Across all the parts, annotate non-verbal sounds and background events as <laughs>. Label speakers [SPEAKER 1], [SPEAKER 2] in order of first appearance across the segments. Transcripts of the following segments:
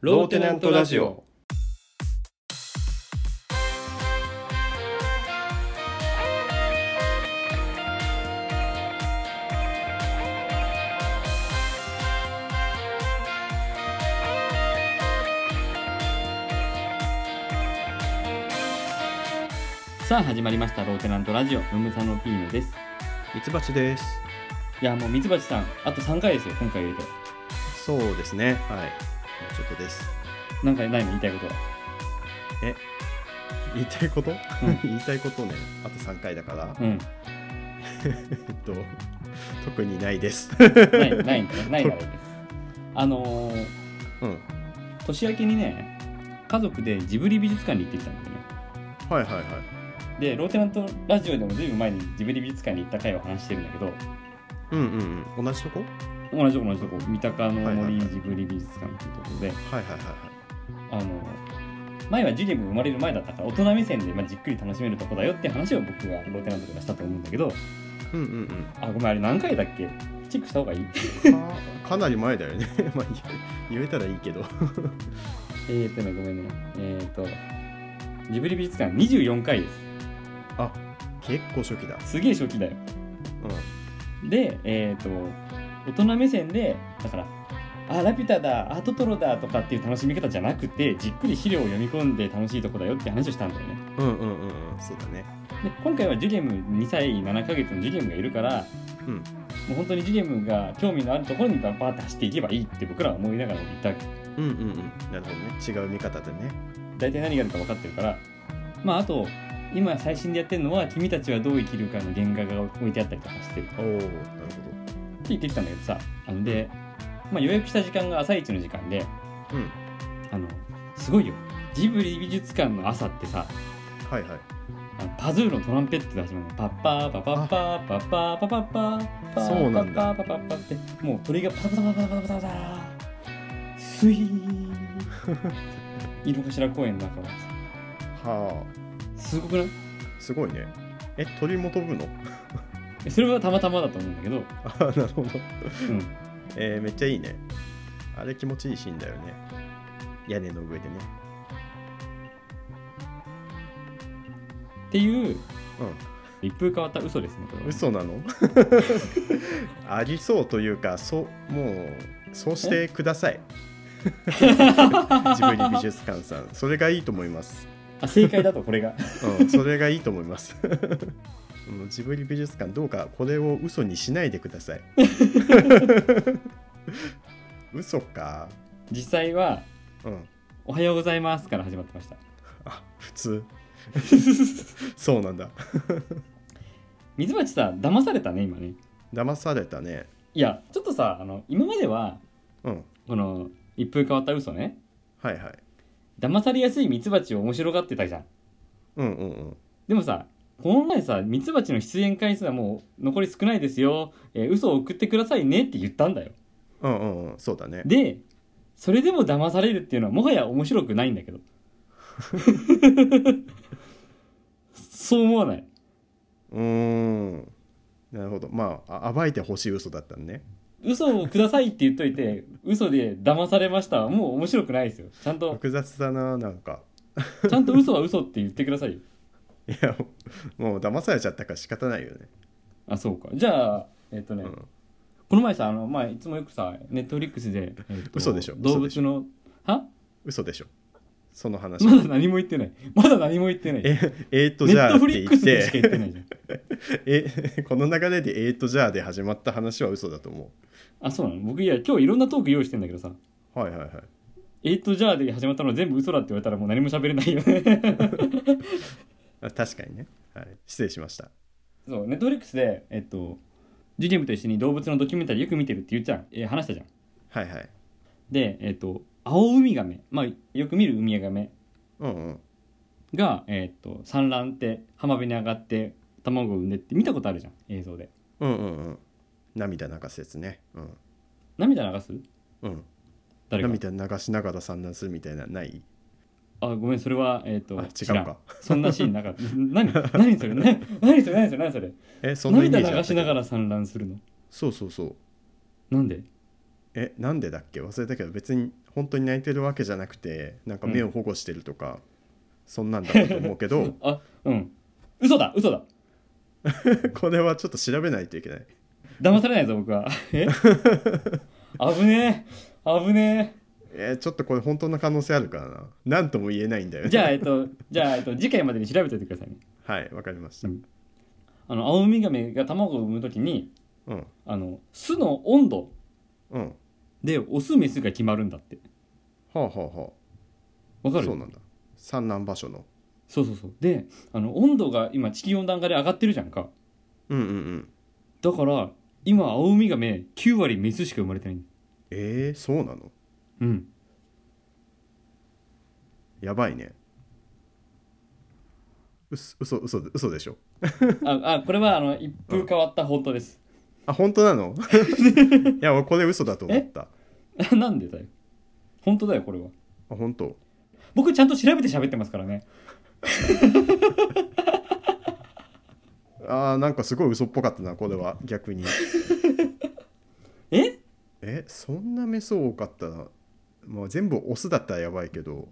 [SPEAKER 1] ローテナントラジオ。
[SPEAKER 2] さあ始まりましたローテナントラジオムムサノピーノです
[SPEAKER 1] ミツバチです。
[SPEAKER 2] いやもうミツバチさんあと3回ですよ今回入れて
[SPEAKER 1] そうですね。はい。ちょっとです。
[SPEAKER 2] なんかないの言いたいことは
[SPEAKER 1] 言いたいこと、
[SPEAKER 2] ん
[SPEAKER 1] <laughs> 言いたいことね。あと3回だから、
[SPEAKER 2] うん
[SPEAKER 1] えっと、 <laughs> 特にないです。
[SPEAKER 2] ないないんだねないだろうね <laughs> あのー、
[SPEAKER 1] うん。
[SPEAKER 2] 年明けにね家族でジブリ美術館に行ってきたんですね
[SPEAKER 1] はいはいはい。
[SPEAKER 2] でローテナントラジオでもずいぶん前にジブリ美術館に行った回を話してるんだけど
[SPEAKER 1] うんうんうん。同じとこ
[SPEAKER 2] 同じとこ同じとこ三鷹の
[SPEAKER 1] はいはい
[SPEAKER 2] 森
[SPEAKER 1] はい
[SPEAKER 2] ジブリ美術館っていうところで、
[SPEAKER 1] はいはいはいはい。
[SPEAKER 2] あの前はジュリアムが生まれる前だったから大人目線で、まあ、じっくり楽しめるとこだよって話を僕がローテナントではしたと思うんだけど
[SPEAKER 1] うんうん
[SPEAKER 2] あごめんあれ何回だっけチェックした方がいい
[SPEAKER 1] うん。か <laughs> かなり前だよね。 <laughs> まあ言え言えたらいいけど。
[SPEAKER 2] えーとねごめんねえーとジブリ美術館24回です
[SPEAKER 1] あ結構初期だ。
[SPEAKER 2] すげえ初期だよ
[SPEAKER 1] う
[SPEAKER 2] でえーと大人目線でだからあラピュタだあトトロだとかっていう楽しみ方じゃなくてじっくり資料を読み込んで楽しいとこだよって話をしたんだよね
[SPEAKER 1] ん。うんうんうんうん。そうだね。
[SPEAKER 2] で今回はジュゲム2歳7ヶ月のジュゲムがいるから、
[SPEAKER 1] うん
[SPEAKER 2] もう本当にジュゲムが興味のあるところにバーって走っていけばいいって僕らは思いながら行ったわけ
[SPEAKER 1] うんうんうん。なるほどね。違う見方でね。
[SPEAKER 2] 大体何があるか分かってるからまああと今最新でやってるのは「君たちはどう生きるか」の原画が置いてあったりとかしてるって
[SPEAKER 1] おおなる
[SPEAKER 2] 言ってきたんだけどさあので、まあ、予約した時間が朝一の時間で
[SPEAKER 1] ほど。うん。
[SPEAKER 2] あのすごいよジブリ美術館の朝ってさ
[SPEAKER 1] はいはい。
[SPEAKER 2] あのパズールのトランペットで始まるのパッパーパパッパーパッパーパパッパーパー
[SPEAKER 1] そうなんだ
[SPEAKER 2] パッパーパパッパーってもう鳥がパタパタパタパタパタパタスイーン色頭公園の中は
[SPEAKER 1] は
[SPEAKER 2] すごくない
[SPEAKER 1] あすごいね。え鳥も飛ぶの？
[SPEAKER 2] えそれはたまたまだと思うんだけど、
[SPEAKER 1] あーなるほど。
[SPEAKER 2] うん、
[SPEAKER 1] えー、めっちゃいいね。あれ気持ちいいシーンだよね。屋根の上でね。
[SPEAKER 2] っていう
[SPEAKER 1] う
[SPEAKER 2] 一風変わった嘘ですねこれ
[SPEAKER 1] ん。
[SPEAKER 2] は
[SPEAKER 1] 嘘なの？ <laughs> ありそうというか、そうもうそうしてください。 <laughs> ジブリ美術館さん、それがいいと思います。
[SPEAKER 2] あ正解だとこれが
[SPEAKER 1] うん、それがいいと思います。 <laughs> うんジブリ美術館どうかこれを嘘にしないでくだ <laughs> さい。嘘か。
[SPEAKER 2] 実際は
[SPEAKER 1] うん。
[SPEAKER 2] 「おはようございます」から始まってました
[SPEAKER 1] あ、普 <laughs> 通。そうなんだ。
[SPEAKER 2] 水町さん騙されたね今ね
[SPEAKER 1] 騙されたね。
[SPEAKER 2] いやちょっとさあの今までは
[SPEAKER 1] うん。
[SPEAKER 2] この一風変わった嘘ね
[SPEAKER 1] はいはい。
[SPEAKER 2] 騙されやすいミツバチを面白がってたじゃん
[SPEAKER 1] うんうんうん。
[SPEAKER 2] でもさこの前さミツバチの出演回数はもう残り少ないですよ、えー嘘を送ってくださいねって言ったんだよ
[SPEAKER 1] うんうんうん。そうだね。
[SPEAKER 2] でそれでも騙されるっていうのはもはや面白くないんだけど <laughs> そう思わないう
[SPEAKER 1] ーん。なるほど。まあ、あ暴いてほしい嘘だったのね。
[SPEAKER 2] 嘘をくださいって言っといて嘘で騙されましたはもう面白くないですよちゃんと
[SPEAKER 1] 複雑だな、なんか。
[SPEAKER 2] ちゃんと嘘は嘘って言ってくださいよ
[SPEAKER 1] いや、もう騙されちゃったから仕方ないよね。
[SPEAKER 2] あそうかじゃあえっ、とね、
[SPEAKER 1] うん
[SPEAKER 2] この前さあの、まあ、いつもよくさネットフリックスで、えーと
[SPEAKER 1] 嘘でしょ
[SPEAKER 2] 動
[SPEAKER 1] 嘘でし
[SPEAKER 2] 物のは
[SPEAKER 1] 嘘でしょ。その話。
[SPEAKER 2] まだ何も言ってないまだ何も言ってないネ
[SPEAKER 1] え、 <laughs> えー、っとじ
[SPEAKER 2] ッ
[SPEAKER 1] ゃあ
[SPEAKER 2] ト
[SPEAKER 1] って
[SPEAKER 2] フリック
[SPEAKER 1] 言っ
[SPEAKER 2] スでしか
[SPEAKER 1] て、
[SPEAKER 2] 言ってないじゃん
[SPEAKER 1] え、 <laughs> この流れでえー、っとじゃあで始まった話は嘘だと思
[SPEAKER 2] あそうなの僕いや今日いろんなトーク用意してんだけどさ
[SPEAKER 1] う。はいはいはい。
[SPEAKER 2] えっとじゃあで始まったの全部嘘だって言われたらもう何も喋れないよ
[SPEAKER 1] <laughs>
[SPEAKER 2] ね
[SPEAKER 1] あ確かにね。はい。失礼しました。
[SPEAKER 2] そうネットフリックスでえっとジュゲムと一緒に動物のドキュメンタリーよく見てるって言っちゃん、えー話したじゃん
[SPEAKER 1] はいはい。
[SPEAKER 2] でえっと青ウミガメまあよく見るウミガメ
[SPEAKER 1] うんうん。
[SPEAKER 2] がえっと産卵って浜辺に上がって卵を産んでって見たことあるじゃん映像で
[SPEAKER 1] うんうんうん。涙流すやつね。うん。
[SPEAKER 2] 涙流す
[SPEAKER 1] うん。
[SPEAKER 2] 誰か
[SPEAKER 1] 涙流しながら産卵するみたいな、ない
[SPEAKER 2] あごめんそれはえっ、と
[SPEAKER 1] あ、違う
[SPEAKER 2] 知らん
[SPEAKER 1] か。
[SPEAKER 2] そんなシーンなんかった。何 <laughs> 何それ何何それ何それ何それ
[SPEAKER 1] え、そんなイメ
[SPEAKER 2] 涙
[SPEAKER 1] ージあ
[SPEAKER 2] 流
[SPEAKER 1] った
[SPEAKER 2] し
[SPEAKER 1] け
[SPEAKER 2] な
[SPEAKER 1] ど
[SPEAKER 2] がら産卵するの
[SPEAKER 1] そうそうそう。
[SPEAKER 2] なんで
[SPEAKER 1] ええなんでだっけ忘れたけど別に本当に泣いてるわけじゃなくてなんか目を保護してるとか、そんなんだったと思うけど
[SPEAKER 2] あうん嘘だ嘘だ
[SPEAKER 1] <laughs> これはちょっと調べないといけない
[SPEAKER 2] 騙されないぞ僕は <laughs> え危ねえ危ね
[SPEAKER 1] えーちょっとこれ本当の可能性あるからな何とも言えないんだよ
[SPEAKER 2] え
[SPEAKER 1] ね
[SPEAKER 2] じゃあえっとじゃあ、えっと、次回までに調べておいてくださいね
[SPEAKER 1] はいわかりました
[SPEAKER 2] うんあの青ウミガメが卵を産むときに
[SPEAKER 1] うん
[SPEAKER 2] あの巣の温度
[SPEAKER 1] うんは
[SPEAKER 2] でオスメスが決まるんだって
[SPEAKER 1] あはあは
[SPEAKER 2] わか
[SPEAKER 1] あ
[SPEAKER 2] る
[SPEAKER 1] そうなんだ産卵場所の
[SPEAKER 2] そうそうそうであの温度が今地球温暖化で上がってるじゃんか
[SPEAKER 1] うんうんうん
[SPEAKER 2] だから今青ウミガメ9割メスしか生まれてない
[SPEAKER 1] えー、そうなの
[SPEAKER 2] うん
[SPEAKER 1] やばいねうす嘘嘘で嘘でしょ
[SPEAKER 2] ああこれはあの一風変わった本当です、 <laughs>
[SPEAKER 1] あ本当な <laughs> のいや俺これ嘘だと思ったあ
[SPEAKER 2] なんでだよ本当だよこれは
[SPEAKER 1] 本当
[SPEAKER 2] 僕ちゃんと調べて喋ってますからね
[SPEAKER 1] あーなんかすごい嘘っぽかったなこれは逆に
[SPEAKER 2] え
[SPEAKER 1] <laughs> えそんなメス多かったな、まあ、全部オスだったらやばいけど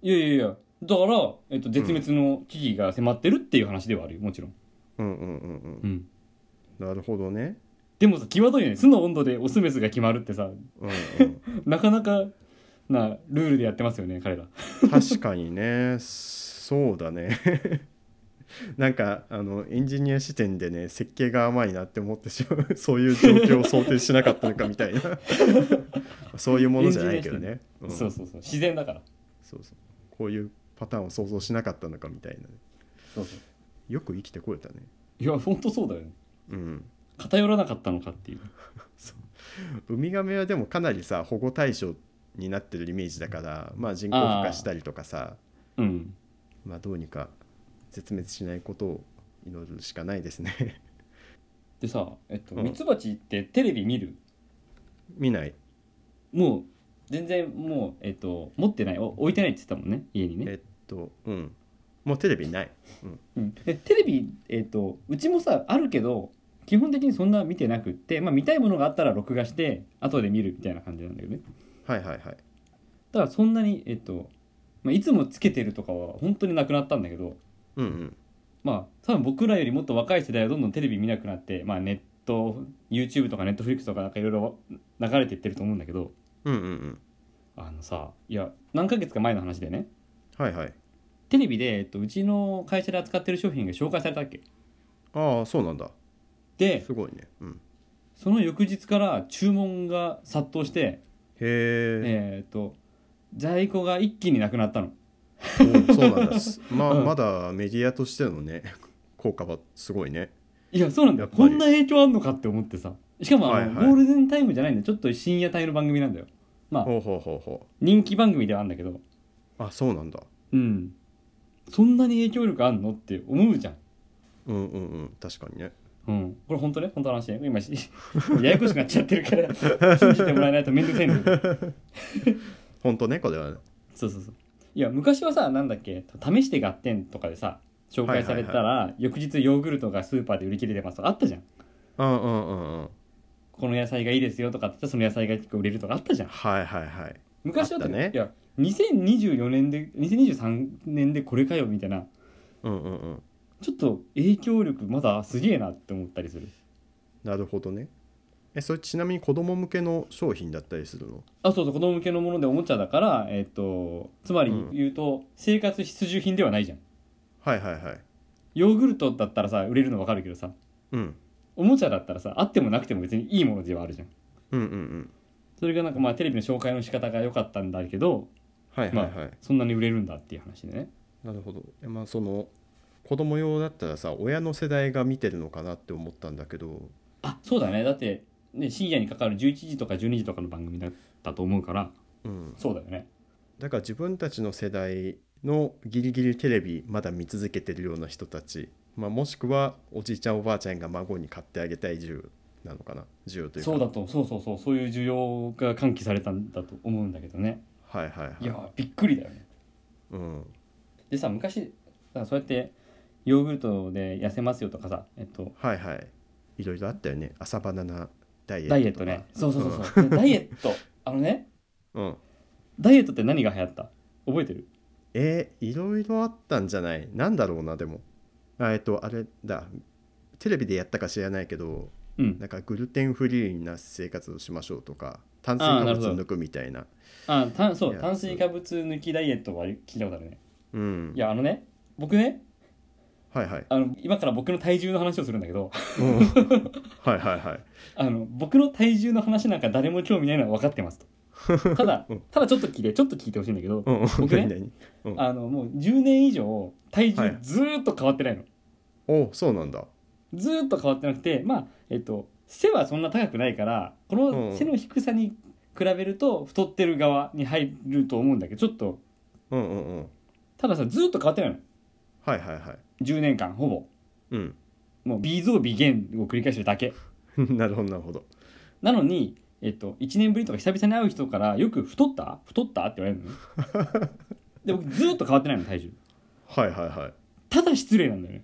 [SPEAKER 2] いやいやいやだから、えっと、絶滅の危機が迫ってるっていう話ではあるよもちろん、
[SPEAKER 1] うんうんうんうん
[SPEAKER 2] うん、
[SPEAKER 1] なるほどね
[SPEAKER 2] でもさ際どいよね巣の温度でオスメスが決まるってさ
[SPEAKER 1] うんうん、
[SPEAKER 2] なかなかなルールでやってますよね彼ら
[SPEAKER 1] 確かにねそうだね <laughs> なんかあのエンジニア視点でね設計が甘いなって思ってしまう <laughs> そういう状況を想定しなかったのか
[SPEAKER 2] <laughs>
[SPEAKER 1] みたいなそういうものじゃないけどね、うん、
[SPEAKER 2] そうそうそう自然だから
[SPEAKER 1] そうそうこういうパターンを想像しなかったのかみたいなね
[SPEAKER 2] そうそう
[SPEAKER 1] よく生きてこれたね
[SPEAKER 2] いや本当そうだよね
[SPEAKER 1] うん
[SPEAKER 2] 偏らなかったのかっていう
[SPEAKER 1] ウミガメはでもかなりさ保護対象になってるイメージだからまあ人工孵化したりとかさ
[SPEAKER 2] うん
[SPEAKER 1] まあどうにか絶滅しないことを祈るしかないですね <laughs>
[SPEAKER 2] でさえっと
[SPEAKER 1] うん
[SPEAKER 2] ミツバチってテレビ見る
[SPEAKER 1] 見ない
[SPEAKER 2] もう全然もうえっと持ってないお置いてないって言ってたもんね家にね
[SPEAKER 1] えっとうんもうテレビない
[SPEAKER 2] うんでテレビえっとうちもさあるけど基本的にそんな見てなくって、まあ、見たいものがあったら録画して後で見るみたいな感じなんだよね
[SPEAKER 1] はいはいはい
[SPEAKER 2] だからそんなにえっと、まあ、いつもつけてるとかは本当になくなったんだけど
[SPEAKER 1] うんうん
[SPEAKER 2] まあ多分僕らよりもっと若い世代はどんどんテレビ見なくなって、まあ、ネット YouTube とか Netflix とかなんかいろいろ流れていってると思うんだけど
[SPEAKER 1] うんうんうん
[SPEAKER 2] あのさいや何ヶ月か前の話でね
[SPEAKER 1] はいはい
[SPEAKER 2] テレビで、えっと、うちの会社で扱ってる商品が紹介されたっけ
[SPEAKER 1] ああそうなんだ
[SPEAKER 2] です
[SPEAKER 1] ごいねうん
[SPEAKER 2] その翌日から注文が殺到して
[SPEAKER 1] へえ、
[SPEAKER 2] えっと在庫が一気になくなったの
[SPEAKER 1] おうそうなんだ <laughs> すま,、
[SPEAKER 2] うん
[SPEAKER 1] まだメディアとしてのね効果はすごいね
[SPEAKER 2] いやそうなんだよ
[SPEAKER 1] やっぱ
[SPEAKER 2] こ
[SPEAKER 1] り
[SPEAKER 2] んな影響あんのかって思ってさしかもあの、
[SPEAKER 1] はいはい
[SPEAKER 2] ゴールデンタイムじゃないんだよちょっと深夜帯の番組なんだよまあ
[SPEAKER 1] ほうほうほうほ
[SPEAKER 2] 人気番組ではあるんだけど
[SPEAKER 1] うあそうなんだ
[SPEAKER 2] うんそんなに影響力あんのって思うじゃん
[SPEAKER 1] うんうんうん確かにね
[SPEAKER 2] うん、これ本当ね本当の話ね今し <laughs> ややこしくなっちゃってるから信じてもらえないと面倒くさいんだよ
[SPEAKER 1] 本当ねこれはね
[SPEAKER 2] そうそうそういや昔はさなんだっけ試して合点とかでさ紹介されたら、翌日ヨーグルトがスーパーで売り切れてますとかあったじゃん
[SPEAKER 1] うんうんうんうん
[SPEAKER 2] この野菜がいいですよとかって言ったらその野菜が結構売れるとかあったじゃん
[SPEAKER 1] はいはいはい
[SPEAKER 2] 昔だと
[SPEAKER 1] あったね
[SPEAKER 2] いや2024年で2023年でこれかよみたいな
[SPEAKER 1] うんうんうん
[SPEAKER 2] ちょっと影響力まだすげえなって思ったりする
[SPEAKER 1] なるほどねえそれちなみに子供向けの商品だったりするの
[SPEAKER 2] あそうそう子供向けのものでおもちゃだからえっ、とつまり言うと、生活必需品ではないじゃん
[SPEAKER 1] はいはいはい
[SPEAKER 2] ヨーグルトだったらさ売れるの分かるけどさ
[SPEAKER 1] うん
[SPEAKER 2] おもちゃだったらさあってもなくても別にいいものではあるじゃん
[SPEAKER 1] うんうんうん
[SPEAKER 2] それがなんかまあテレビの紹介の仕方が良かったんだけど
[SPEAKER 1] はいはいはい、
[SPEAKER 2] そんなに売れるんだっていう話でね
[SPEAKER 1] なるほどえまあその子供用だったらさ親の世代が見てるのかなって思ったんだけど
[SPEAKER 2] あそうだねだって、ね、深夜にかかる11時とか12時とかの番組だったと思うから
[SPEAKER 1] うん
[SPEAKER 2] そうだよね
[SPEAKER 1] だから自分たちの世代のギリギリテレビまだ見続けてるような人たち、まあ、もしくはおじいちゃんおばあちゃんが孫に買ってあげたい銃なのかな銃というか
[SPEAKER 2] そうだとそうそうそうそういう需要が喚起されたんだと思うんだけどね
[SPEAKER 1] はいはいはい
[SPEAKER 2] いやーびっくりだよね
[SPEAKER 1] うん
[SPEAKER 2] でさ昔さそうやってヨーグルトで痩せますよとかさえっと
[SPEAKER 1] はいはいいろいろあったよね朝バナナダイエット
[SPEAKER 2] ダイエットねそうそうそうそうでダイエットあのね
[SPEAKER 1] うん、うん
[SPEAKER 2] ダイエットって何が流行った覚えてる
[SPEAKER 1] えーいろいろあったんじゃないなんだろうなでもあえっとあれだテレビでやったか知らないけど
[SPEAKER 2] うん
[SPEAKER 1] なんかグルテンフリーな生活をしましょうとか炭水
[SPEAKER 2] あー
[SPEAKER 1] 化
[SPEAKER 2] なる
[SPEAKER 1] 物
[SPEAKER 2] ほど
[SPEAKER 1] 抜くみたいな
[SPEAKER 2] あたそ
[SPEAKER 1] いうや
[SPEAKER 2] 炭水化物抜きダイエットは聞いたことあるね
[SPEAKER 1] うん
[SPEAKER 2] いやあのね僕ね
[SPEAKER 1] はいはい
[SPEAKER 2] あの今から僕の体重の話をするんだけど
[SPEAKER 1] うんはいはいはい
[SPEAKER 2] あの僕の体重の話なんか誰も興味ないのは分かってます
[SPEAKER 1] <laughs>
[SPEAKER 2] とただ
[SPEAKER 1] うん
[SPEAKER 2] ただちょっと聞いてちょっと聞いてほしいんだけど
[SPEAKER 1] うんうん
[SPEAKER 2] 僕ね
[SPEAKER 1] 何々うん
[SPEAKER 2] あのもう10年以上体
[SPEAKER 1] は
[SPEAKER 2] 重
[SPEAKER 1] い
[SPEAKER 2] ずーっと変わってないの、
[SPEAKER 1] おそうなんだ
[SPEAKER 2] ずーっと変わってなくてまあえっと背はそんな高くないからこ
[SPEAKER 1] うん
[SPEAKER 2] の背の低さに比べると太ってる側に入ると思うんだけどちょっと
[SPEAKER 1] うんうんうん
[SPEAKER 2] たださずーっと変わってないの
[SPEAKER 1] はいはいはい
[SPEAKER 2] 10年間ほぼ
[SPEAKER 1] うん <laughs>
[SPEAKER 2] もう微増微減を繰り返してるだけ
[SPEAKER 1] なるほどなるほど
[SPEAKER 2] なのにえっと1年ぶりとか久々に会う人からよく「太った太った?」って言われるのね
[SPEAKER 1] <laughs>
[SPEAKER 2] で僕ずーっと変わってないの体重
[SPEAKER 1] はいはいは
[SPEAKER 2] ただ失礼なんだよね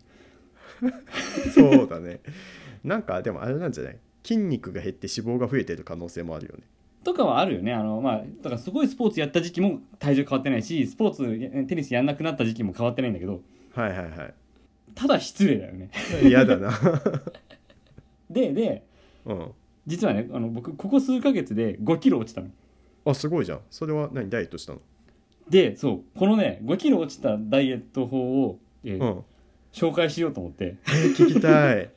[SPEAKER 1] いそうだね <laughs> なんかでもあれなんじゃない筋肉が減って脂肪が増えてる可能性もあるよね
[SPEAKER 2] とかはあるよねあの、まあ、だからすごいスポーツやった時期も体重変わってないしスポーツテニスやんなくなった時期も変わってないんだけど
[SPEAKER 1] はいはいは
[SPEAKER 2] ただ失礼だよね <laughs>
[SPEAKER 1] い嫌だな
[SPEAKER 2] でで
[SPEAKER 1] うん
[SPEAKER 2] 実はねあの僕ここ数ヶ月で5キロ落ちたの
[SPEAKER 1] あすごいじゃんそれは何ダイエットしたの
[SPEAKER 2] でそうこのね5キロ落ちたダイエット法を、えー
[SPEAKER 1] うん
[SPEAKER 2] 紹介しようと思って
[SPEAKER 1] えー聞きたい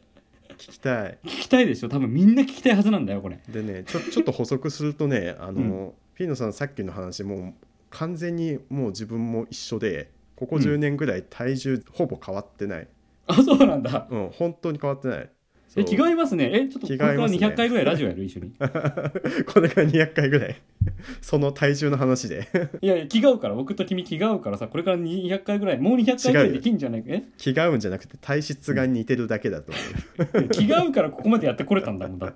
[SPEAKER 1] 聞きたい
[SPEAKER 2] 聞きたいでしょ多分みんな聞きたいはずなんだよこれ
[SPEAKER 1] でねちょちょっと補足するとねあの、
[SPEAKER 2] う
[SPEAKER 1] ピーノさんさっきの話もう完全にもう自分も一緒でここ
[SPEAKER 2] うん
[SPEAKER 1] 10年ぐらい体重ほぼ変わってない、
[SPEAKER 2] あそうなんだ
[SPEAKER 1] うん本当に変わってないそ
[SPEAKER 2] え
[SPEAKER 1] う
[SPEAKER 2] 着替えますねえちょっとこれ
[SPEAKER 1] 着替え
[SPEAKER 2] から
[SPEAKER 1] ますね
[SPEAKER 2] 200回ぐらいラジオやる一緒に
[SPEAKER 1] これが200回ぐらい <laughs> その体重の話で
[SPEAKER 2] いやいや着替うから僕と君着替うからさこれから200回ぐらいもう200回ぐらいできんじゃないかえ
[SPEAKER 1] 着替うんじゃなくて体質が似てるだけだと思
[SPEAKER 2] 違うから <laughs> ここまでやってこれたんだもんだっ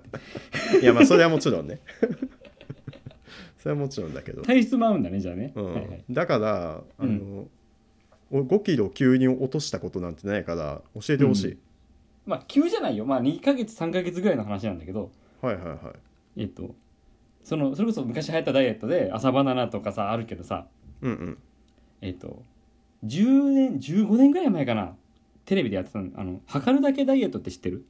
[SPEAKER 2] て
[SPEAKER 1] ういやまあそれはもちろんね <laughs> それはもちろんだけど、
[SPEAKER 2] 体質も合うんだねじゃあね、
[SPEAKER 1] うん
[SPEAKER 2] はいはい
[SPEAKER 1] だからあ
[SPEAKER 2] う
[SPEAKER 1] の、お5キロ急に落としたことなんてないから教えてほしい、
[SPEAKER 2] まあ急じゃないよまあ2ヶ月3ヶ月ぐらいの話なんだけど
[SPEAKER 1] はいはいはい
[SPEAKER 2] えっとそのそれこそ昔流行ったダイエットで朝バナナとかさあるけどさ
[SPEAKER 1] うんうん
[SPEAKER 2] えっと10年15年ぐらい前かなテレビでやってたのあの測るだけダイエットって知ってる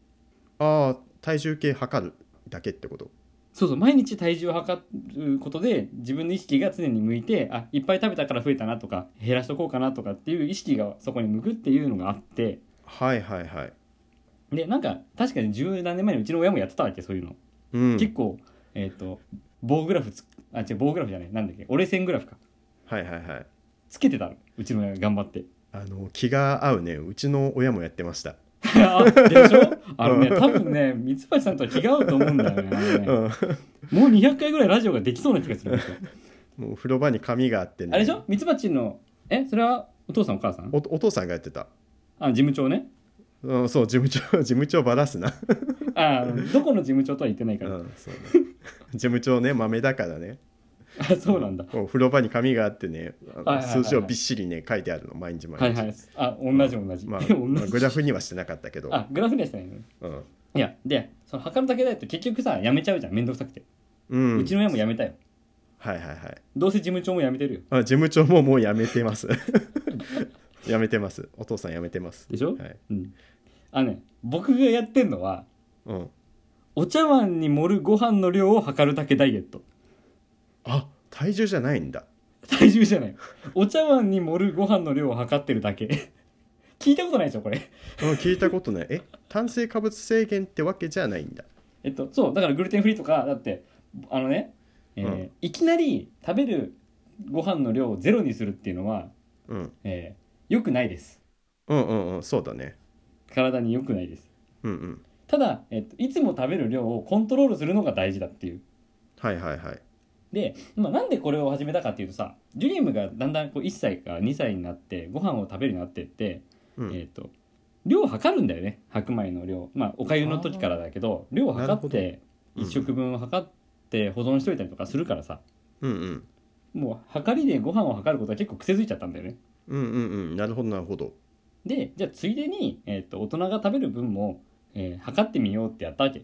[SPEAKER 1] ああ体重計測るだけってこと
[SPEAKER 2] そうそう毎日体重を測ることで自分の意識が常に向いてあいっぱい食べたから増えたなとか減らしとこうかなとかっていう意識がそこに向くっていうのがあって
[SPEAKER 1] はいはいはい
[SPEAKER 2] でなんか確かに十何年前にうちの親もやってたわけそういうの、
[SPEAKER 1] うん
[SPEAKER 2] 結構えっ、と棒グラフつあ違う棒グラフじゃないなんだっけ折れ線グラフか
[SPEAKER 1] はいはいはい
[SPEAKER 2] つけてたのうちの親が頑張
[SPEAKER 1] <laughs>
[SPEAKER 2] って
[SPEAKER 1] あの気が合うねうちの親もやってました、
[SPEAKER 2] あでしょあのね多分ね三橋さんとは違うと思うんだよねあのね
[SPEAKER 1] うん <laughs>
[SPEAKER 2] もう200回ぐらいラジオができそうな気がするんですよ
[SPEAKER 1] もう風呂場に髪があってね
[SPEAKER 2] あれでしょ三橋のえそれはお父さんお母さん
[SPEAKER 1] おお父さんがやってた
[SPEAKER 2] あ事務長ね
[SPEAKER 1] うんそう事務長 <laughs> 事務長ばらすな、
[SPEAKER 2] あどこの事務長とは言ってないか
[SPEAKER 1] う
[SPEAKER 2] ら、
[SPEAKER 1] んそうね、 <laughs> 事務長ね豆だからね
[SPEAKER 2] あそうなんだ、
[SPEAKER 1] こう風呂場に髪があってねあの
[SPEAKER 2] はいはいはいはい
[SPEAKER 1] 数字をびっしりね書いてあるの毎日毎日、
[SPEAKER 2] はいはいあ同じ同じ、
[SPEAKER 1] まあ
[SPEAKER 2] <laughs> 同
[SPEAKER 1] まあ
[SPEAKER 2] じ
[SPEAKER 1] グラフにはしてなかったけど、
[SPEAKER 2] あグラフにはしてないの
[SPEAKER 1] うん
[SPEAKER 2] いやでその測るだけだと結局さやめちゃうじゃんめんどくさくて、
[SPEAKER 1] うん、
[SPEAKER 2] うちの親もやめたよ
[SPEAKER 1] はいはいはい
[SPEAKER 2] どうせ事務長もやめてるよ
[SPEAKER 1] あ事務長ももうやめてます <laughs> やめてますお父さんやめてます
[SPEAKER 2] でしょ、
[SPEAKER 1] はい
[SPEAKER 2] うんあのね僕がやってんのは
[SPEAKER 1] うん
[SPEAKER 2] お茶碗に盛るご飯の量を測るだけダイエット
[SPEAKER 1] あ体重じゃないんだ
[SPEAKER 2] 体重じゃないお茶碗に盛るご飯の量を測ってるだけ <laughs> 聞いたことないでしょこれ
[SPEAKER 1] うん聞いたことないえ炭水化物制限ってわけじゃないんだ
[SPEAKER 2] えっとそうだからグルテンフリーとかだってあのね、えー
[SPEAKER 1] うん
[SPEAKER 2] いきなり食べるご飯の量をゼロにするっていうのは、
[SPEAKER 1] うん
[SPEAKER 2] えー、よくないです
[SPEAKER 1] うんうんうんそうだね
[SPEAKER 2] 体に良くないです
[SPEAKER 1] うんうん
[SPEAKER 2] ただ、えっと、いつも食べる量をコントロールするのが大事だっていう
[SPEAKER 1] はいはいはい
[SPEAKER 2] で、まあ、なんでこれを始めたかっていうとさジュリームがだんだんこう1歳か2歳になってご飯を食べるようになってって、
[SPEAKER 1] うん、
[SPEAKER 2] えっと量を測るんだよね白米の量まあお粥の時からだけど量を測って
[SPEAKER 1] なるほど
[SPEAKER 2] 1食分を測って保存しといたりとかするからさ、
[SPEAKER 1] うんうん
[SPEAKER 2] もう測りでご飯を測ることは結構癖づいちゃったんだよね
[SPEAKER 1] うんうんうんなるほどなるほど
[SPEAKER 2] でじゃあついでに、えっと大人が食べる分も、えー測ってみようってやったわけ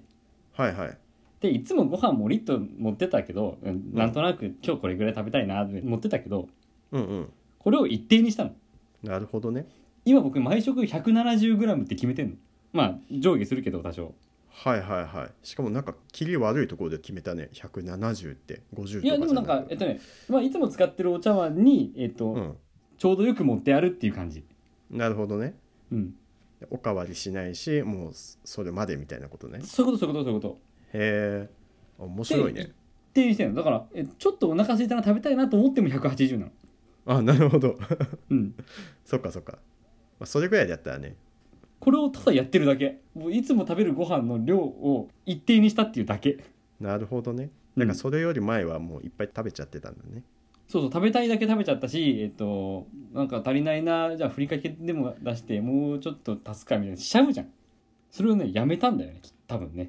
[SPEAKER 1] はいはい
[SPEAKER 2] でいつもご飯もりっと持ってたけど、うん
[SPEAKER 1] ん
[SPEAKER 2] なんとなく今日これぐらい食べたいなって持ってたけど
[SPEAKER 1] うんうん
[SPEAKER 2] これを一定にしたの
[SPEAKER 1] なるほどね
[SPEAKER 2] 今僕毎食 170g って決めてんのまあ上下するけど多少
[SPEAKER 1] はいはいはいしかもなんか切り悪いところで決めたね170って50とか
[SPEAKER 2] いやでもなんかえっとね、まあ、いつも使ってるお茶碗に、えっと
[SPEAKER 1] うん
[SPEAKER 2] ちょうどよく持ってあるっていう感じ
[SPEAKER 1] なるほどね
[SPEAKER 2] うん
[SPEAKER 1] おかわりしないしもうそれまでみたいなことね
[SPEAKER 2] そういうことそういうことそういうこと
[SPEAKER 1] へえ面白いね
[SPEAKER 2] 一定にしてんのだからえちょっとお腹空いたな食べたいなと思っても180なの
[SPEAKER 1] あなるほど <laughs>
[SPEAKER 2] うん
[SPEAKER 1] そっかそっか、まあ、それぐらいだったらね
[SPEAKER 2] これをただやってるだけもういつも食べるご飯の量を一定にしたっていうだけ
[SPEAKER 1] なるほどね
[SPEAKER 2] な
[SPEAKER 1] なんん
[SPEAKER 2] か
[SPEAKER 1] か
[SPEAKER 2] そ,、
[SPEAKER 1] それより前はもういっぱい食べちゃってたんだね、
[SPEAKER 2] うそう食べたいだけ食べちゃったしえっとなんか足りないなじゃあふりかけでも出してもうちょっと足すかみたいなしちゃうじゃんそれをねやめたんだよねき多分ねい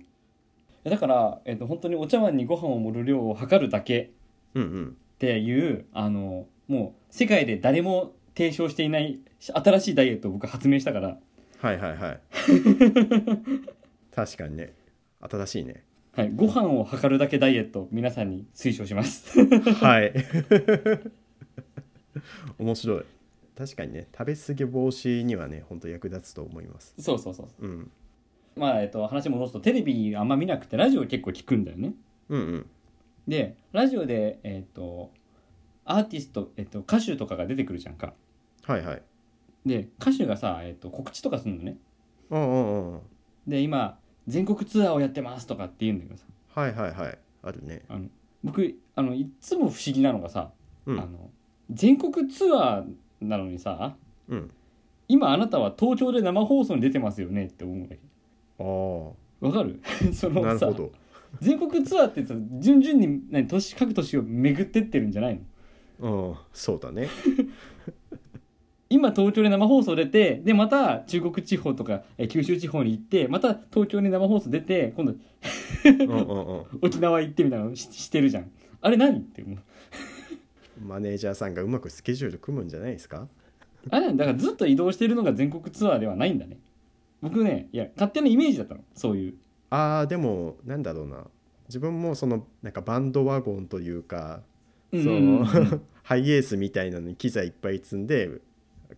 [SPEAKER 2] やだから、えっと、本当にお茶碗にご飯を盛る量を測るだけ
[SPEAKER 1] うんうん
[SPEAKER 2] っていうあのもう世界で誰も提唱していない新しいダイエットを僕発明したから
[SPEAKER 1] はいは
[SPEAKER 2] <laughs>
[SPEAKER 1] いはい確かにね新しいね
[SPEAKER 2] はい、ご飯を測るだけダイエット皆さんに推奨します
[SPEAKER 1] はい <laughs> 面白い確かにね食べ過ぎ防止にはねほんと役立つと思います
[SPEAKER 2] <laughs> そうそうそう
[SPEAKER 1] うん
[SPEAKER 2] まあえっと話戻すとテレビあんま見なくてラジオ結構聞くんだよね
[SPEAKER 1] うんうん
[SPEAKER 2] でラジオでえっ、とアーティスト、えっと歌手とかが出てくるじゃんか
[SPEAKER 1] はいはい
[SPEAKER 2] で歌手がさ、えっと告知とかするのね
[SPEAKER 1] うんうんうん
[SPEAKER 2] で今全国ツアーをやってますとかって言うんだけどさ
[SPEAKER 1] はいはいはいあるね
[SPEAKER 2] あの僕あのいっつも不思議なのがさ、
[SPEAKER 1] うん
[SPEAKER 2] あの全国ツアーなのにさ
[SPEAKER 1] うん
[SPEAKER 2] 今あなたは東京で生放送に出てますよねって思うわけ
[SPEAKER 1] ああ
[SPEAKER 2] わかる <laughs> そ
[SPEAKER 1] な
[SPEAKER 2] の
[SPEAKER 1] る
[SPEAKER 2] さ
[SPEAKER 1] ほど
[SPEAKER 2] 全国ツアーってさ順々に何都市各都市を巡ってってるんじゃないの
[SPEAKER 1] うんそうだね
[SPEAKER 2] 今東京で生放送出てでまた中国地方とかえー九州地方に行ってまた東京に生放送出て今度
[SPEAKER 1] うんうんうん
[SPEAKER 2] 沖縄行ってみたいなのししてるじゃんあれ何って思う
[SPEAKER 1] マネージャーさんがうまくスケジュール組むんじゃないですか
[SPEAKER 2] あれなんだだからずっと移動してるのが全国ツアーではないんだね僕ねいや勝手なイメージだったのそういう
[SPEAKER 1] あーでもなんだろうな自分もそのなんかバンドワゴンというか、
[SPEAKER 2] うん
[SPEAKER 1] そ
[SPEAKER 2] うんうん
[SPEAKER 1] のハイエースみたいなのに機材いっぱい積んで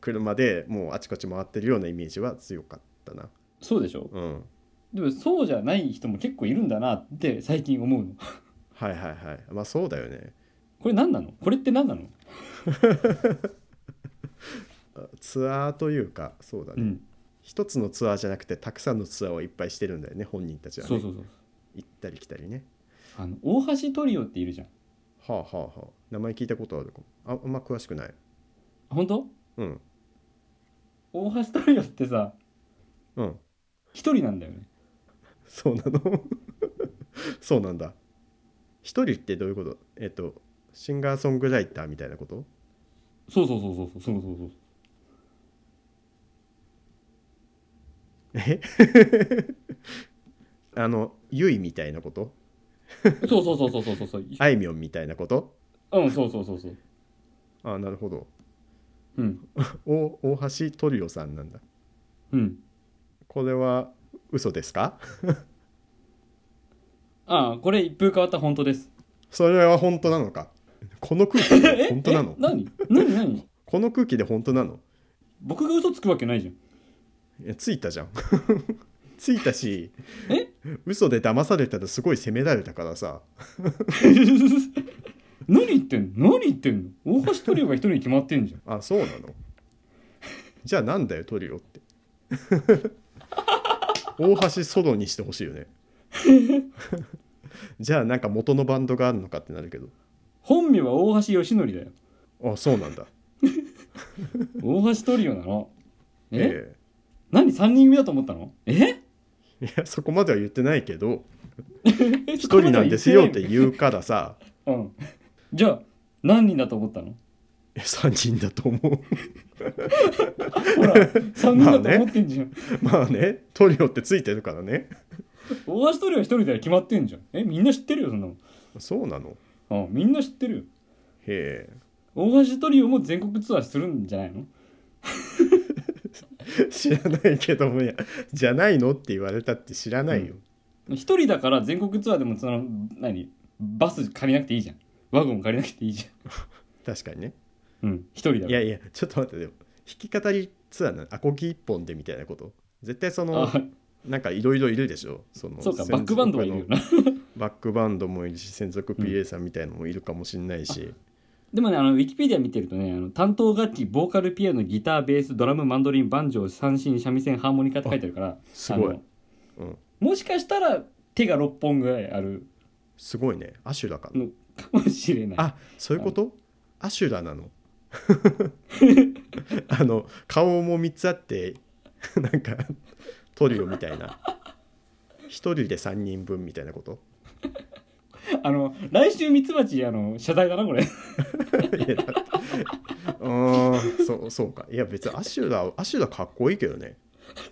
[SPEAKER 1] 車でもうあちこち回ってるようなイメージは強かったな
[SPEAKER 2] そうでしょ
[SPEAKER 1] うん
[SPEAKER 2] でもそうじゃない人も結構いるんだなって最近思うの
[SPEAKER 1] はいはいはいまあそうだよね
[SPEAKER 2] これ何なのこれって何なの
[SPEAKER 1] あツアーというかそうだね、
[SPEAKER 2] うん
[SPEAKER 1] 一つのツアーじゃなくてたくさんのツアーをいっぱいしてるんだよね本人たちはね
[SPEAKER 2] そうそうそう
[SPEAKER 1] 行ったり来たりね
[SPEAKER 2] あの大橋トリオっているじゃん
[SPEAKER 1] はあはあはあ名前聞いたことあるかもああんま詳しくない
[SPEAKER 2] 本当
[SPEAKER 1] うん
[SPEAKER 2] 大橋トリオってさ
[SPEAKER 1] うん
[SPEAKER 2] 一人なんだよね
[SPEAKER 1] そうなの <laughs> そうなんだ一人ってどういうことえっとシンガーソングライターみたいなこと
[SPEAKER 2] そうそうそうそうそうそうそうそう
[SPEAKER 1] えあのユイみたいなこと
[SPEAKER 2] そうそうそうそうそうそうそう
[SPEAKER 1] あいみょんみたいなこと
[SPEAKER 2] うんそうそうそうそう
[SPEAKER 1] あなるほど
[SPEAKER 2] うん
[SPEAKER 1] お大橋トリオさんなんだ
[SPEAKER 2] うん
[SPEAKER 1] これは嘘ですか
[SPEAKER 2] ああこれ一風変わった本当です
[SPEAKER 1] それは本当なのかこの空気で本当なの
[SPEAKER 2] <laughs> え何何何
[SPEAKER 1] この空気で本当なの
[SPEAKER 2] 僕が嘘つくわけないじゃん
[SPEAKER 1] <laughs> いやついたじゃん <laughs> ついたし
[SPEAKER 2] え
[SPEAKER 1] 嘘で騙されたらすごい責められたからさ
[SPEAKER 2] 何言ってんの何言ってんの大橋トリオが一人に決まってんじゃん
[SPEAKER 1] あそうなのじゃあなんだよトリオって
[SPEAKER 2] <laughs>
[SPEAKER 1] 大橋ソロにしてほしい
[SPEAKER 2] <laughs>
[SPEAKER 1] よねじゃあなんか元のバンドがあるのかってなるけど
[SPEAKER 2] 本名は大橋義則だよ
[SPEAKER 1] あそうなんだ
[SPEAKER 2] 大橋トリオなのえ、
[SPEAKER 1] え
[SPEAKER 2] 何3人組だと思ったのえ
[SPEAKER 1] えいやそこまでは言ってないけど一人なんですよって言うからさ <laughs>
[SPEAKER 2] うんじゃあ何人だと思ったの
[SPEAKER 1] え3人だと思う <laughs>
[SPEAKER 2] ほら3人だと思ってんじゃん、
[SPEAKER 1] まあねトリオってついてるからね
[SPEAKER 2] 大橋トリオ一人で決まってんじゃんえみんな知ってるよそんなの
[SPEAKER 1] そうなのへ
[SPEAKER 2] あみんな知ってるよ
[SPEAKER 1] え <laughs>
[SPEAKER 2] 大橋トリオも全国ツアーするんじゃないの
[SPEAKER 1] 知らないけどもいやじゃないのって言われたって知らないよ、
[SPEAKER 2] 一人だから全国ツアーでもその何バス借りなくていいじゃんワゴン借りなくていいじ
[SPEAKER 1] 確かにね
[SPEAKER 2] ゃんうん一人だ
[SPEAKER 1] い
[SPEAKER 2] か
[SPEAKER 1] やいやちょっと待ってでも弾き語りツアーなのアコギ一本でみたいなこと絶対そ
[SPEAKER 2] ら
[SPEAKER 1] の
[SPEAKER 2] あ
[SPEAKER 1] なんかいろいろいるでしょその
[SPEAKER 2] そうか
[SPEAKER 1] 専属
[SPEAKER 2] バックバンドはいるよな
[SPEAKER 1] バックバンドもいるし専属 PA さんみたいのもいるかもしれないし、
[SPEAKER 2] でもねあのウィキペディア見てるとねあの担当楽器ボーカルピアノギターベースドラムマンドリンバンジョー三振三味線ハーモニカって書いてあるから
[SPEAKER 1] すご
[SPEAKER 2] あ
[SPEAKER 1] い
[SPEAKER 2] の、
[SPEAKER 1] うん、
[SPEAKER 2] もしかしたら手が6本ぐらいある
[SPEAKER 1] すごいねアシュラかな、
[SPEAKER 2] の <laughs> かもしれない
[SPEAKER 1] あそういうことアシュラ
[SPEAKER 2] <laughs>
[SPEAKER 1] なのあの顔も3つあってなんかトリオみたいな1人で3人分みたいなこと
[SPEAKER 2] あの来週ミツバチあの謝罪だなこれ <laughs>
[SPEAKER 1] いやだってうーんそうそうかいや別にアシュラアシュラかっこいいけどね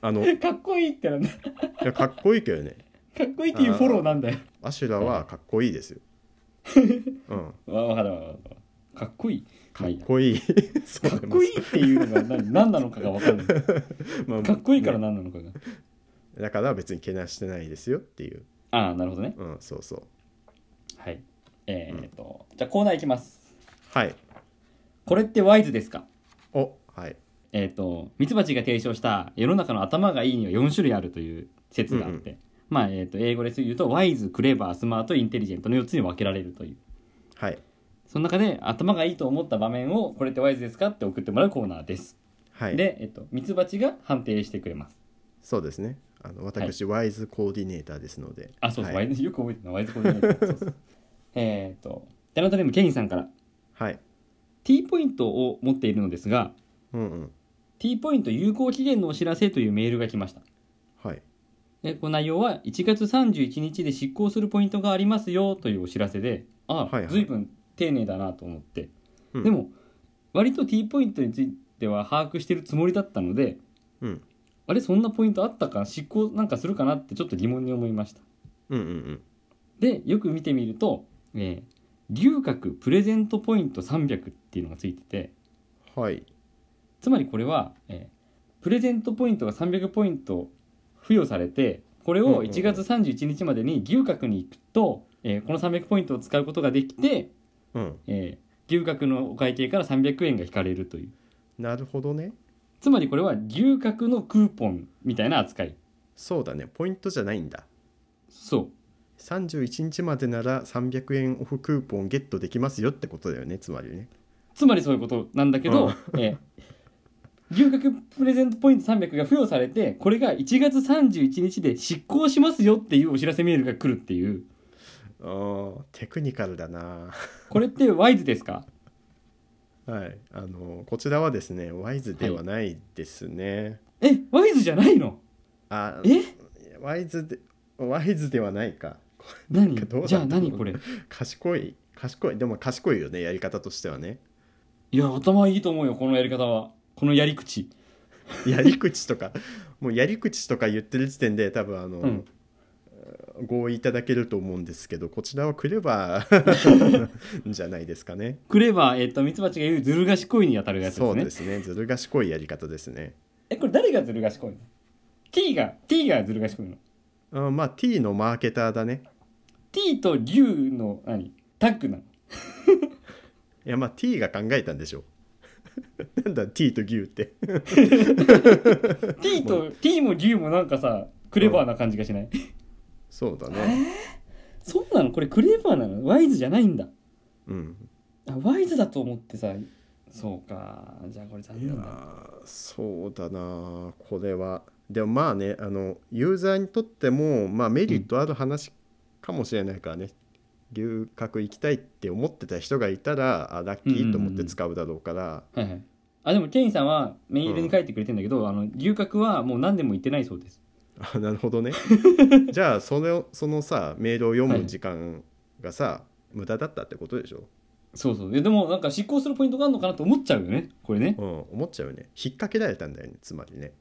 [SPEAKER 1] あのい
[SPEAKER 2] かっこいいってなんだ <laughs> か
[SPEAKER 1] やかっこいいけどね
[SPEAKER 2] っこいいっていうフォローなんだよ
[SPEAKER 1] アシュラはかっこいいで
[SPEAKER 2] <laughs>
[SPEAKER 1] すよ、うん、
[SPEAKER 2] わわかったわかったかっこいいま
[SPEAKER 1] か
[SPEAKER 2] あい
[SPEAKER 1] っ
[SPEAKER 2] いや
[SPEAKER 1] こいい <laughs> そう
[SPEAKER 2] かっこいいっていうのが <laughs> 何何なのかが分かんないか
[SPEAKER 1] まあ
[SPEAKER 2] っこいいから何なのかが
[SPEAKER 1] だから別にけなしてないですよっていう
[SPEAKER 2] ああなるほどね
[SPEAKER 1] うんそうそう
[SPEAKER 2] はいえー、っとじゃあコーナーいきます
[SPEAKER 1] はい
[SPEAKER 2] これってワイズですか
[SPEAKER 1] おはい
[SPEAKER 2] えーっとミツバチが提唱した世の中の頭がいいには4種類あるという説があって、まあ、えーっと英語で言うとワイズクレバースマートインテリジェントの4つに分けられるという
[SPEAKER 1] はい
[SPEAKER 2] その中で頭がいいと思った場面をこれってワイズですかって送ってもらうコーナーです。
[SPEAKER 1] はい
[SPEAKER 2] で、えっと、ミツバチが判定してくれます。
[SPEAKER 1] そうですねあの私、ワイズコーディネーターですので
[SPEAKER 2] あ、そうそう、
[SPEAKER 1] は
[SPEAKER 2] ワ
[SPEAKER 1] い、
[SPEAKER 2] イズよく覚えてるな、ワイズコーディネーターそう <laughs> そうえーっと、タラントネームケインさんから、
[SPEAKER 1] はい、
[SPEAKER 2] T ポイントを持っているのですが、
[SPEAKER 1] うんうん
[SPEAKER 2] T ポイント有効期限のお知らせというメールが来ました。
[SPEAKER 1] はい
[SPEAKER 2] で、この内容は1月31日で執行するポイントがありますよというお知らせで、あ、
[SPEAKER 1] はいはい
[SPEAKER 2] ずいぶん丁寧だなと思って、
[SPEAKER 1] うん
[SPEAKER 2] でも、割と T ポイントについては把握してるつもりだったので、
[SPEAKER 1] うん
[SPEAKER 2] あれそんなポイントあったか執行なんかするかなってちょっと疑問に思いました
[SPEAKER 1] うんうんうん
[SPEAKER 2] でよく見てみると、えー、龍角プレゼントポイント300っていうのがついてて
[SPEAKER 1] はい
[SPEAKER 2] つまりこれは、えープレゼントポイントが300ポイント付与されてこれ
[SPEAKER 1] うんうんう
[SPEAKER 2] を
[SPEAKER 1] ん
[SPEAKER 2] 1月31日までに牛角に行くと、えーこの300ポイントを使うことができて、
[SPEAKER 1] うん
[SPEAKER 2] えー、牛角のお会計から300円が引かれるという
[SPEAKER 1] なるほどね
[SPEAKER 2] つまりこれは牛角のクーポンみたいな扱い
[SPEAKER 1] そうだねポイントじゃないんだ
[SPEAKER 2] そう
[SPEAKER 1] 31日までなら300円オフクーポンゲットできますよってことだよねつまりね
[SPEAKER 2] つまりそういうことなんだけど、えー牛角プレゼントポイント300が付与されてこれが1月31日で執行しますよっていうお知らせメールが来るっていう
[SPEAKER 1] あーテクニカルだな
[SPEAKER 2] これってワイズですか
[SPEAKER 1] はいあのこちらはですねワイズではないですね、
[SPEAKER 2] えワイズじゃないの
[SPEAKER 1] あ
[SPEAKER 2] え
[SPEAKER 1] ワイズでワイズではないか
[SPEAKER 2] 何
[SPEAKER 1] どうだ
[SPEAKER 2] じゃあ何これ
[SPEAKER 1] 賢い賢いでも賢いよねやり方としてはね
[SPEAKER 2] いや頭いいと思うよこのやり方はこのやり口
[SPEAKER 1] やり口とかもうやり口とか言ってる時点で多分あの、
[SPEAKER 2] うん
[SPEAKER 1] 合意いただけると思うんですけどこちらはクレ
[SPEAKER 2] <laughs>
[SPEAKER 1] バーじゃないですかね
[SPEAKER 2] くればえっ、とミツバチが言うずる賢いに当たるやつで
[SPEAKER 1] そ
[SPEAKER 2] す
[SPEAKER 1] う
[SPEAKER 2] ね
[SPEAKER 1] ですねずる賢いやり方ですね、
[SPEAKER 2] えこれ誰がずる賢いの T が T がずる賢いの
[SPEAKER 1] うん、まあ T のマーケターだね
[SPEAKER 2] T と牛の何タッグなの
[SPEAKER 1] いやまあ T が考えたんでしょう <laughs> なんだ T と牛って
[SPEAKER 2] T と T も牛もなんかさクレバーな感じがしない
[SPEAKER 1] そうだね
[SPEAKER 2] そうなのこれクレーバーなのワイズじゃないんだ
[SPEAKER 1] うん
[SPEAKER 2] あワイズだと思ってさそうかじゃあこれ残
[SPEAKER 1] いや
[SPEAKER 2] 念だ
[SPEAKER 1] ーそうだなこれはでもまあねあのユーザーにとっても、まあ、メリットある話かもしれないからね、牛角行きたいって思ってた人がいたらあラッキーと思って使うだろうから、
[SPEAKER 2] はいはいあでもケインさんはメールに書いてくれてんだけど、あの牛角はもう何年も言ってないそうです
[SPEAKER 1] あなるほど <laughs> ねじゃあそのそのさメールを読む時間がさ、無駄だったってことでしょ、
[SPEAKER 2] そうそういやでもなんか執行するポイントがあるのかなと思っちゃうよねこれね
[SPEAKER 1] うん、思っちゃうよね引っ掛けられたんだよねつまりね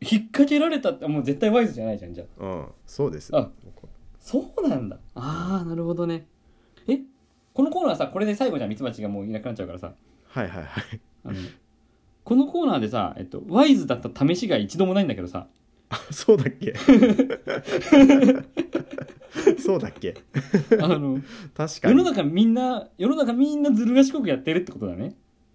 [SPEAKER 2] 引っ掛けられたってもう絶対ワイズじゃないじゃんじゃあ
[SPEAKER 1] うんそうです
[SPEAKER 2] あそうなんだあーなるほどねえこのコーナーさこれで最後じゃんミツバチがもういなくなっちゃうからさ
[SPEAKER 1] はいはいはい <laughs>
[SPEAKER 2] あのこのコーナーでさ、えっと、ワイズだった試しが一度もないんだけどさ
[SPEAKER 1] あそうだっ
[SPEAKER 2] <laughs>
[SPEAKER 1] けそうだっけ
[SPEAKER 2] あの
[SPEAKER 1] 確か
[SPEAKER 2] 世の
[SPEAKER 1] に、
[SPEAKER 2] 中みんな世の中みんなずる賢くやってるってことだね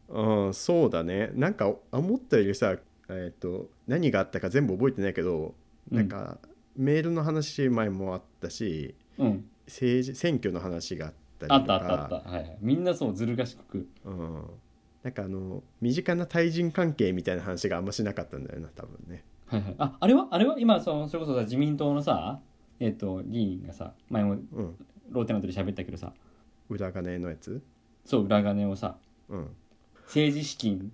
[SPEAKER 1] うん、そうだねなんか思ったよりさ、えっと何があったか全部覚えてないけど、
[SPEAKER 2] うん
[SPEAKER 1] なんかメールの話前もあったし
[SPEAKER 2] うん
[SPEAKER 1] 政治選挙の話があったり
[SPEAKER 2] あ
[SPEAKER 1] と
[SPEAKER 2] った
[SPEAKER 1] か
[SPEAKER 2] あったあった、はいはい、みんなそうずる賢く
[SPEAKER 1] うん、なんかあの身近な対人関係みたいな話があんましなかったんだよな多分ね
[SPEAKER 2] はいはい、ああれはあれは今そのそれこそさ自民党のさえっ、と議員がさ前も
[SPEAKER 1] うん
[SPEAKER 2] ローテナントで喋ったけどさ
[SPEAKER 1] 裏金のやつ
[SPEAKER 2] そう裏金をさ
[SPEAKER 1] うん
[SPEAKER 2] 政治資金規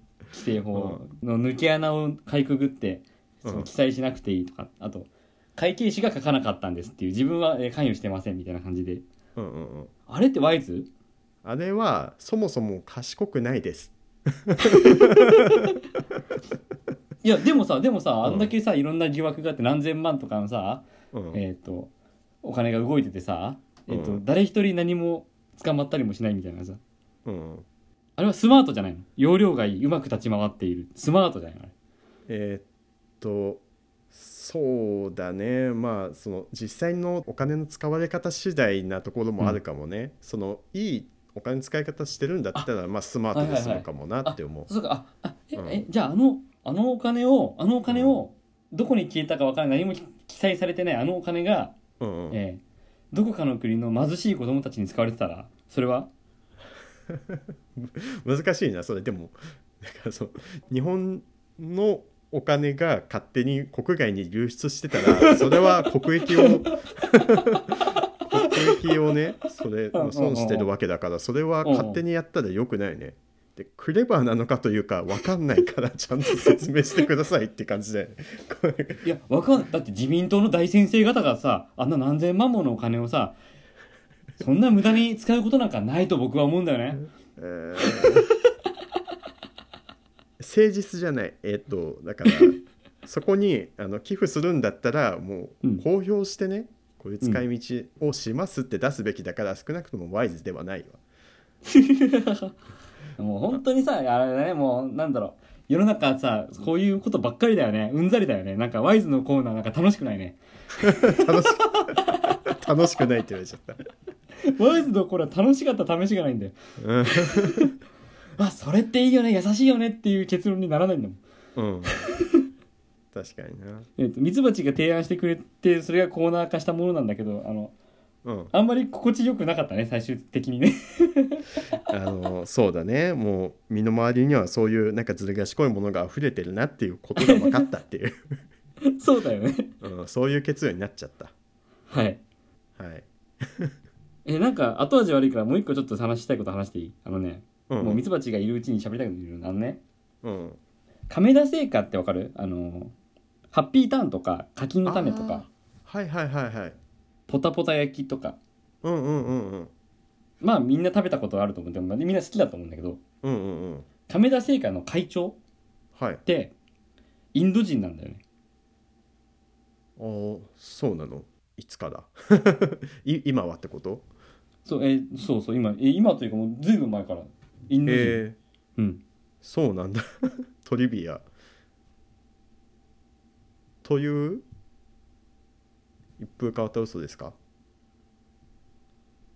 [SPEAKER 2] 正法の抜け穴をかいくぐって
[SPEAKER 1] うん
[SPEAKER 2] その記載しなくていいとか、あと会計士が書かなかったんですっていう自分はえー関与してませんみたいな感じで
[SPEAKER 1] うんうんうん
[SPEAKER 2] あれってワイズ
[SPEAKER 1] あれはそもそも賢くないです
[SPEAKER 2] いやでもさでもさあんだけさいろんな疑惑があって何千万とかのさ、
[SPEAKER 1] うん、
[SPEAKER 2] えっ、とお金が動いててさ、えーと
[SPEAKER 1] うん
[SPEAKER 2] 誰一人何も捕まったりもしないみたいなさ
[SPEAKER 1] うん、
[SPEAKER 2] あれはスマートじゃないの容量がいいうまく立ち回っているスマートじゃないのあれ
[SPEAKER 1] えーっとそうだねまあその実際のお金の使われ方次第なところもあるかもね、そのいいお金の使い方してるんだったらまあスマート
[SPEAKER 2] はいは
[SPEAKER 1] で
[SPEAKER 2] い
[SPEAKER 1] す
[SPEAKER 2] はい
[SPEAKER 1] るかもなって思う、
[SPEAKER 2] そうかああえ,、
[SPEAKER 1] うん
[SPEAKER 2] えじゃああのあのお金をあのお金をどこに消えたかわからない何も記載されてないあのお金が、
[SPEAKER 1] うんうん
[SPEAKER 2] えーどこかの国の貧しい子供たちに使われてたらそれは
[SPEAKER 1] 難しいなそれでもだからそう日本のお金が勝手に国外に流出してたらそれは国益を国益をねそれ
[SPEAKER 2] うんうんうん
[SPEAKER 1] 損してるわけだからそれは勝手にやったらよくないね。でクレバーなのかというか分かんないからちゃんと説明してくださいって感じでこれ
[SPEAKER 2] いやわかんないだって自民党の大先生方がさあんな何千万ものお金をさそんな無駄に使うことなんかないと僕は思うんだよね。
[SPEAKER 1] えー誠実じゃないえっとだからそこにあの寄付するんだったらも
[SPEAKER 2] うん
[SPEAKER 1] う公表してね、こういう使い道をしますって出すべきだから、少なくともワイズではないわ
[SPEAKER 2] もう本当にさ、あれだね、もうなんだろう。世の中さ、こういうことばっかりだよね。うんざりだよね。なんかワイズのコーナーなんか楽しくないね。
[SPEAKER 1] 楽しく <laughs> 楽しくないって言われちゃった
[SPEAKER 2] ワイズのコーナー楽しかったら試しがないんだよ。
[SPEAKER 1] うん
[SPEAKER 2] あ、それっていいよね、優しいよねっていう結論にならないんだもん。
[SPEAKER 1] うん確かにな
[SPEAKER 2] えっ、と、ミツバチが提案してくれて、それがコーナー化したものなんだけど、あの、
[SPEAKER 1] うん
[SPEAKER 2] あんまり心地よくなかったね、最終的にね。
[SPEAKER 1] あのそうだねもう身の回りにはそういうなんかずる賢いものが溢れてるなっていうことが分かったっていう、
[SPEAKER 2] <laughs> そうだよね。
[SPEAKER 1] うん、そういう結論になっちゃった
[SPEAKER 2] はい。
[SPEAKER 1] はい、
[SPEAKER 2] え、なんか後味悪いからもう一個ちょっと話したいこと話していいあのね、
[SPEAKER 1] うん、
[SPEAKER 2] もうミツバチがいるうちに喋りたくなるあのね。
[SPEAKER 1] うん、
[SPEAKER 2] 亀田製菓ってわかるあのハッピーターンとか柿の種とか
[SPEAKER 1] あーはいはいはいはい
[SPEAKER 2] ポタポタ焼きとか
[SPEAKER 1] うんうんうんうん
[SPEAKER 2] まあみんな食べたことあると思うでもまあみんな好きだと思うんだけど
[SPEAKER 1] うんうんうん
[SPEAKER 2] 亀田製菓の会長
[SPEAKER 1] はい
[SPEAKER 2] ってインド人なんだよね
[SPEAKER 1] あーそうなのいつから <laughs> い今はってこと
[SPEAKER 2] そう,、えーそうそう今、えー今というかもうずいぶん前からインド人、
[SPEAKER 1] え
[SPEAKER 2] う
[SPEAKER 1] ー、
[SPEAKER 2] ん
[SPEAKER 1] そうなんだ <laughs> トリビアという一風変わった嘘ですか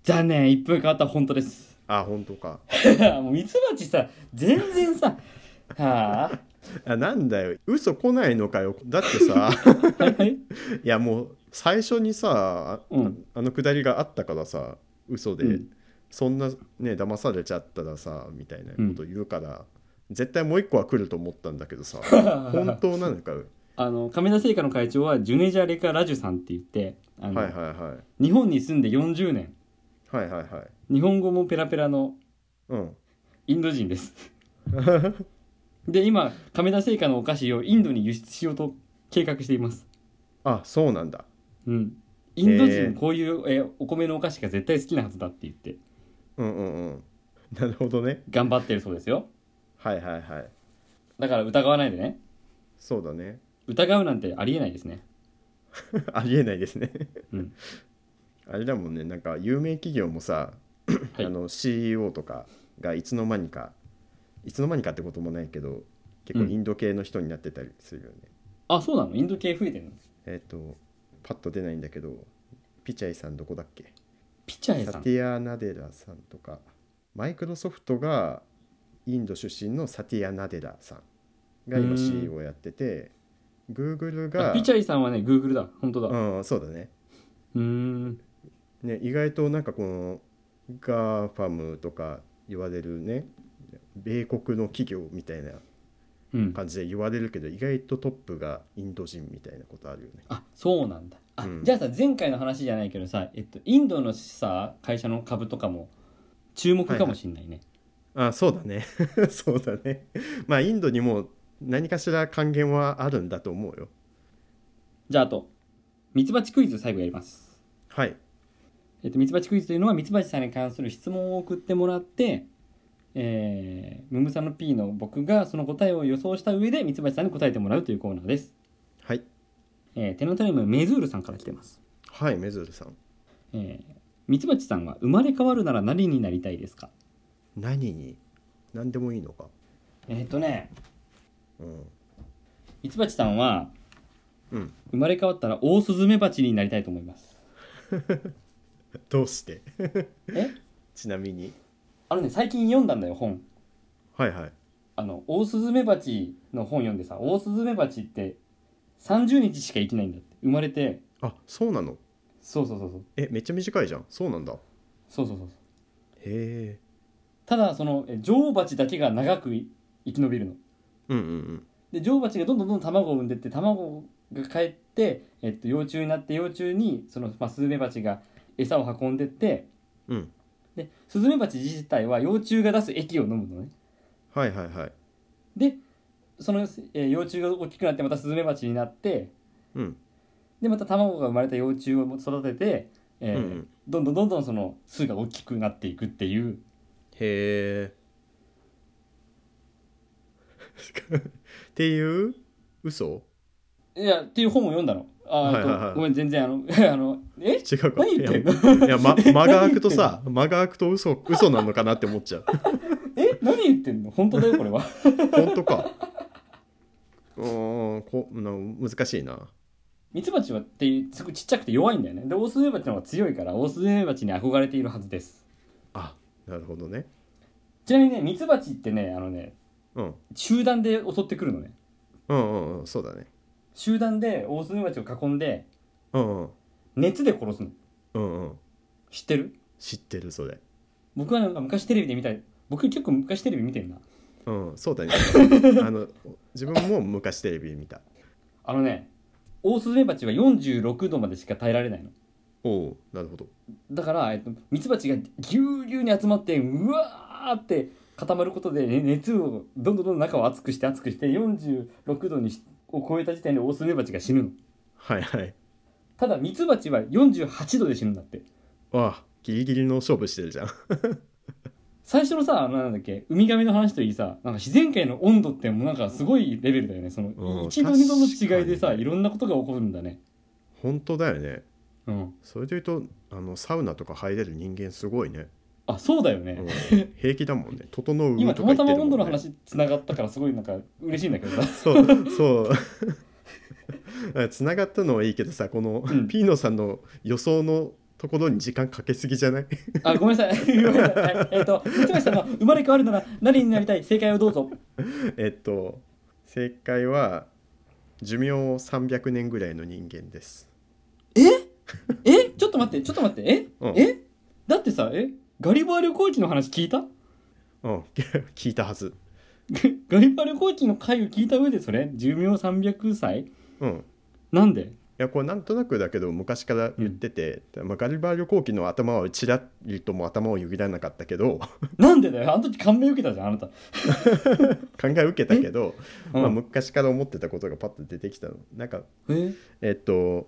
[SPEAKER 2] 残念一分変わった本当です <laughs>
[SPEAKER 1] あ本当か
[SPEAKER 2] もうミツバチさ全然さ <laughs> はあ
[SPEAKER 1] あなんだよ嘘来ないのかよだって <laughs> さ
[SPEAKER 2] はいはい
[SPEAKER 1] いやもう最初にさ、あ
[SPEAKER 2] うん
[SPEAKER 1] あのくだりがあったからさ嘘で、
[SPEAKER 2] うん
[SPEAKER 1] そんなね騙されちゃったらさみたいなこと言うから、絶対もう一個は来ると思ったんだけ
[SPEAKER 2] <laughs>
[SPEAKER 1] どさ本当なのかよ
[SPEAKER 2] あの亀田製菓の会長はジュネジャ・レカ・ラジュさんって言ってあの、
[SPEAKER 1] はいはいは
[SPEAKER 2] 日本に住んで40年
[SPEAKER 1] いはいはいはい
[SPEAKER 2] 日本語もペラペラの
[SPEAKER 1] うん
[SPEAKER 2] インド人です
[SPEAKER 1] <laughs>
[SPEAKER 2] で今亀田製菓のお菓子をインドに輸出しようと計画しています
[SPEAKER 1] あそうなんだ
[SPEAKER 2] うんインド
[SPEAKER 1] へ
[SPEAKER 2] 人
[SPEAKER 1] ー
[SPEAKER 2] こういう、えーお米のお菓子が絶対好きなはずだって言って
[SPEAKER 1] うんうんうんなるほどね
[SPEAKER 2] 頑張ってるそうですよ
[SPEAKER 1] はいはいはい
[SPEAKER 2] だから疑わないでね
[SPEAKER 1] そうだね <laughs>
[SPEAKER 2] 疑うなんてありえないですね
[SPEAKER 1] ありえないですね、
[SPEAKER 2] うん
[SPEAKER 1] <laughs> あれだもんねなんか有名企業もさ、
[SPEAKER 2] はい
[SPEAKER 1] あの CEO とかがいつの間にかいつの間にかってこともないけど結構インド系の人になってたりするよね、
[SPEAKER 2] あそうなのインド系増えてるの
[SPEAKER 1] えっ、とパッと出ないんだけどピチャイさんどこだっけ
[SPEAKER 2] ピチャイさ
[SPEAKER 1] サ
[SPEAKER 2] ん
[SPEAKER 1] ティア・ナデラさんとかマイクロソフトがインド出身のサティア・ナデラさんが
[SPEAKER 2] う
[SPEAKER 1] 今
[SPEAKER 2] ん
[SPEAKER 1] CEO やってて Google
[SPEAKER 2] あ
[SPEAKER 1] が
[SPEAKER 2] ピチャイさんはねグーグルだ本当だう
[SPEAKER 1] うんそうだね
[SPEAKER 2] ーん
[SPEAKER 1] ね意外となんかこのガーファムとか言われるね米国の企業みたいな
[SPEAKER 2] うん
[SPEAKER 1] 感じで言われるけど意外とトップがインド人みたいなことあるよね。
[SPEAKER 2] あそうなんだあ、
[SPEAKER 1] うん
[SPEAKER 2] じゃあさ前回の話じゃないけどさ、えっと、インドのさ会社の株とかも注目かもしんないね、
[SPEAKER 1] あそうだね <laughs> そうだね。まあインドにも何かしら還元はあるんだと思うよ。
[SPEAKER 2] じゃああとミツバチクイズ最後やります
[SPEAKER 1] はい
[SPEAKER 2] えっと、ミツバチクイズというのはミツバチさんに関する質問を送ってもらって、えー、ムムサノ P の僕がその答えを予想した上でミツバチさんに答えてもらうというコーナーです。
[SPEAKER 1] はい
[SPEAKER 2] えー、手のタイムメズールさんから来てます。
[SPEAKER 1] はいメズールさん。
[SPEAKER 2] えー、ミツバチさんは生まれ変わるなら何になりたいですか
[SPEAKER 1] 何に何でもいいのか。
[SPEAKER 2] えーっとね、
[SPEAKER 1] うん
[SPEAKER 2] ミツバチさんは
[SPEAKER 1] うん
[SPEAKER 2] 生まれ変わったらオオスズメバチになりたいと思います。
[SPEAKER 1] どうして
[SPEAKER 2] え
[SPEAKER 1] <laughs> ちなみに
[SPEAKER 2] あのね、最近読んだんだよ、本。
[SPEAKER 1] はいはい
[SPEAKER 2] あの、オオスズメバチの本読んでさ、オオスズメバチって30日しか生きないんだって。生まれて、
[SPEAKER 1] あそうなの
[SPEAKER 2] そうそうそうそう。
[SPEAKER 1] えめっちゃ短いじゃんそうなんだへ
[SPEAKER 2] そうそうそうそう
[SPEAKER 1] え
[SPEAKER 2] ただそのえ女王蜂だけが長くい生き延びるの
[SPEAKER 1] うんうんうん
[SPEAKER 2] で女王蜂がどんどんどんどん卵を産んでって卵が帰って、えっと、幼虫になって幼虫にその、まあ、スズメバチが餌を運んでって
[SPEAKER 1] うん
[SPEAKER 2] でスズメバチ自体は幼虫が出す液を飲むのね
[SPEAKER 1] はいはいはい
[SPEAKER 2] でその、えー幼虫が大きくなってまたスズメバチになって
[SPEAKER 1] うん
[SPEAKER 2] でまた卵が生まれた幼虫を育てて、えー
[SPEAKER 1] うんうん
[SPEAKER 2] どんどんどんどんその巣が大きくなっていくっていう
[SPEAKER 1] へえ <laughs> っていう嘘
[SPEAKER 2] いやっていう本を読んだのあー、あと
[SPEAKER 1] はいはいはい
[SPEAKER 2] ごめん全然あの <laughs> あのえ
[SPEAKER 1] 違うか
[SPEAKER 2] 何言ってんの
[SPEAKER 1] いやいや、ま、間が空くとさ
[SPEAKER 2] 何言
[SPEAKER 1] 間が空くと嘘嘘なのかなって思っちゃう
[SPEAKER 2] え何言ってんの本当だよこれは
[SPEAKER 1] 本当かうーんこな難しいな
[SPEAKER 2] ミツバチはってすごいちっちゃくて弱いんだよねでオオスズメバチの方が強いからオオスズメバチに憧れているはずです
[SPEAKER 1] あなるほどね
[SPEAKER 2] ちなみにねミツバチってねあのね
[SPEAKER 1] うん
[SPEAKER 2] 集団で襲ってくるのね
[SPEAKER 1] うんうんうんそうだね
[SPEAKER 2] 集団でオオスズメバチを囲んで
[SPEAKER 1] うんうん
[SPEAKER 2] 熱で殺すの
[SPEAKER 1] うんうん
[SPEAKER 2] 知ってる
[SPEAKER 1] 知ってるそれ
[SPEAKER 2] 僕はなんか昔テレビで見た僕結構昔テレビ見てるな
[SPEAKER 1] うんそうだね <laughs> あの自分も昔テレビ見た
[SPEAKER 2] あのねオオスズメバチは46度までしか耐えられないの
[SPEAKER 1] おうなるほど
[SPEAKER 2] だから、えっと、ミツバチがぎゅうぎゅうに集まってうわーって固まることで、ね、熱をどんどんどんどん中を熱くして熱くして46度にしを超えた時点でオオスズメバチが死ぬの
[SPEAKER 1] はいはい
[SPEAKER 2] ただミツバチは48度で死ぬんだって
[SPEAKER 1] わあギリギリの勝負してるじゃん
[SPEAKER 2] 最初のさあのなんだっけウミガメの話といいさなんか自然界の温度ってもうなんかすごいレベルだよねその
[SPEAKER 1] うん
[SPEAKER 2] 一度二度の違いで
[SPEAKER 1] 確か
[SPEAKER 2] さ
[SPEAKER 1] に
[SPEAKER 2] いろんなことが起こるんだね
[SPEAKER 1] 本当だよね
[SPEAKER 2] うん
[SPEAKER 1] それで言うとあのサウナとか入れる人間すごいね、
[SPEAKER 2] あそうだよね、
[SPEAKER 1] うん、平気だもんね「整う」
[SPEAKER 2] 今た
[SPEAKER 1] とか言
[SPEAKER 2] ま
[SPEAKER 1] って
[SPEAKER 2] た
[SPEAKER 1] る
[SPEAKER 2] ま
[SPEAKER 1] も
[SPEAKER 2] 温
[SPEAKER 1] ん、ね、
[SPEAKER 2] 度の話つながったからすごいなんか嬉しいんだけどさ
[SPEAKER 1] そう <laughs> そうつながったのはいいけどさこの、
[SPEAKER 2] うん
[SPEAKER 1] ピーノさんの予想のところに時間かけすぎじゃない <laughs>
[SPEAKER 2] あ、ごめんなさい。ご <laughs> めんなさい。はいえっと、三橋さんが生まれ変わるなら何になりたい正解をどうぞ。
[SPEAKER 1] えっと正解は寿命300年ぐらいの人間です
[SPEAKER 2] えちょっと待って、ちょっと待って。え、
[SPEAKER 1] うん
[SPEAKER 2] えだってさ、えガリバー旅行記の話聞いた <laughs>
[SPEAKER 1] うん、 <laughs> 聞いたはず。
[SPEAKER 2] ガリバー旅行記の回を聞いた上でそれ寿命300歳
[SPEAKER 1] うん、い
[SPEAKER 2] なんで
[SPEAKER 1] やこれなんとなくだけど昔から言ってて、まあ、ガリバー旅行記の頭はちらりとも頭をよぎらなかったけど <laughs>
[SPEAKER 2] なんでだよあの時感銘受けたじゃん、あなた。
[SPEAKER 1] 考え受けたけど、
[SPEAKER 2] うん
[SPEAKER 1] まあ、昔から思ってたことがパッと出てきたの。なんか
[SPEAKER 2] え
[SPEAKER 1] えっと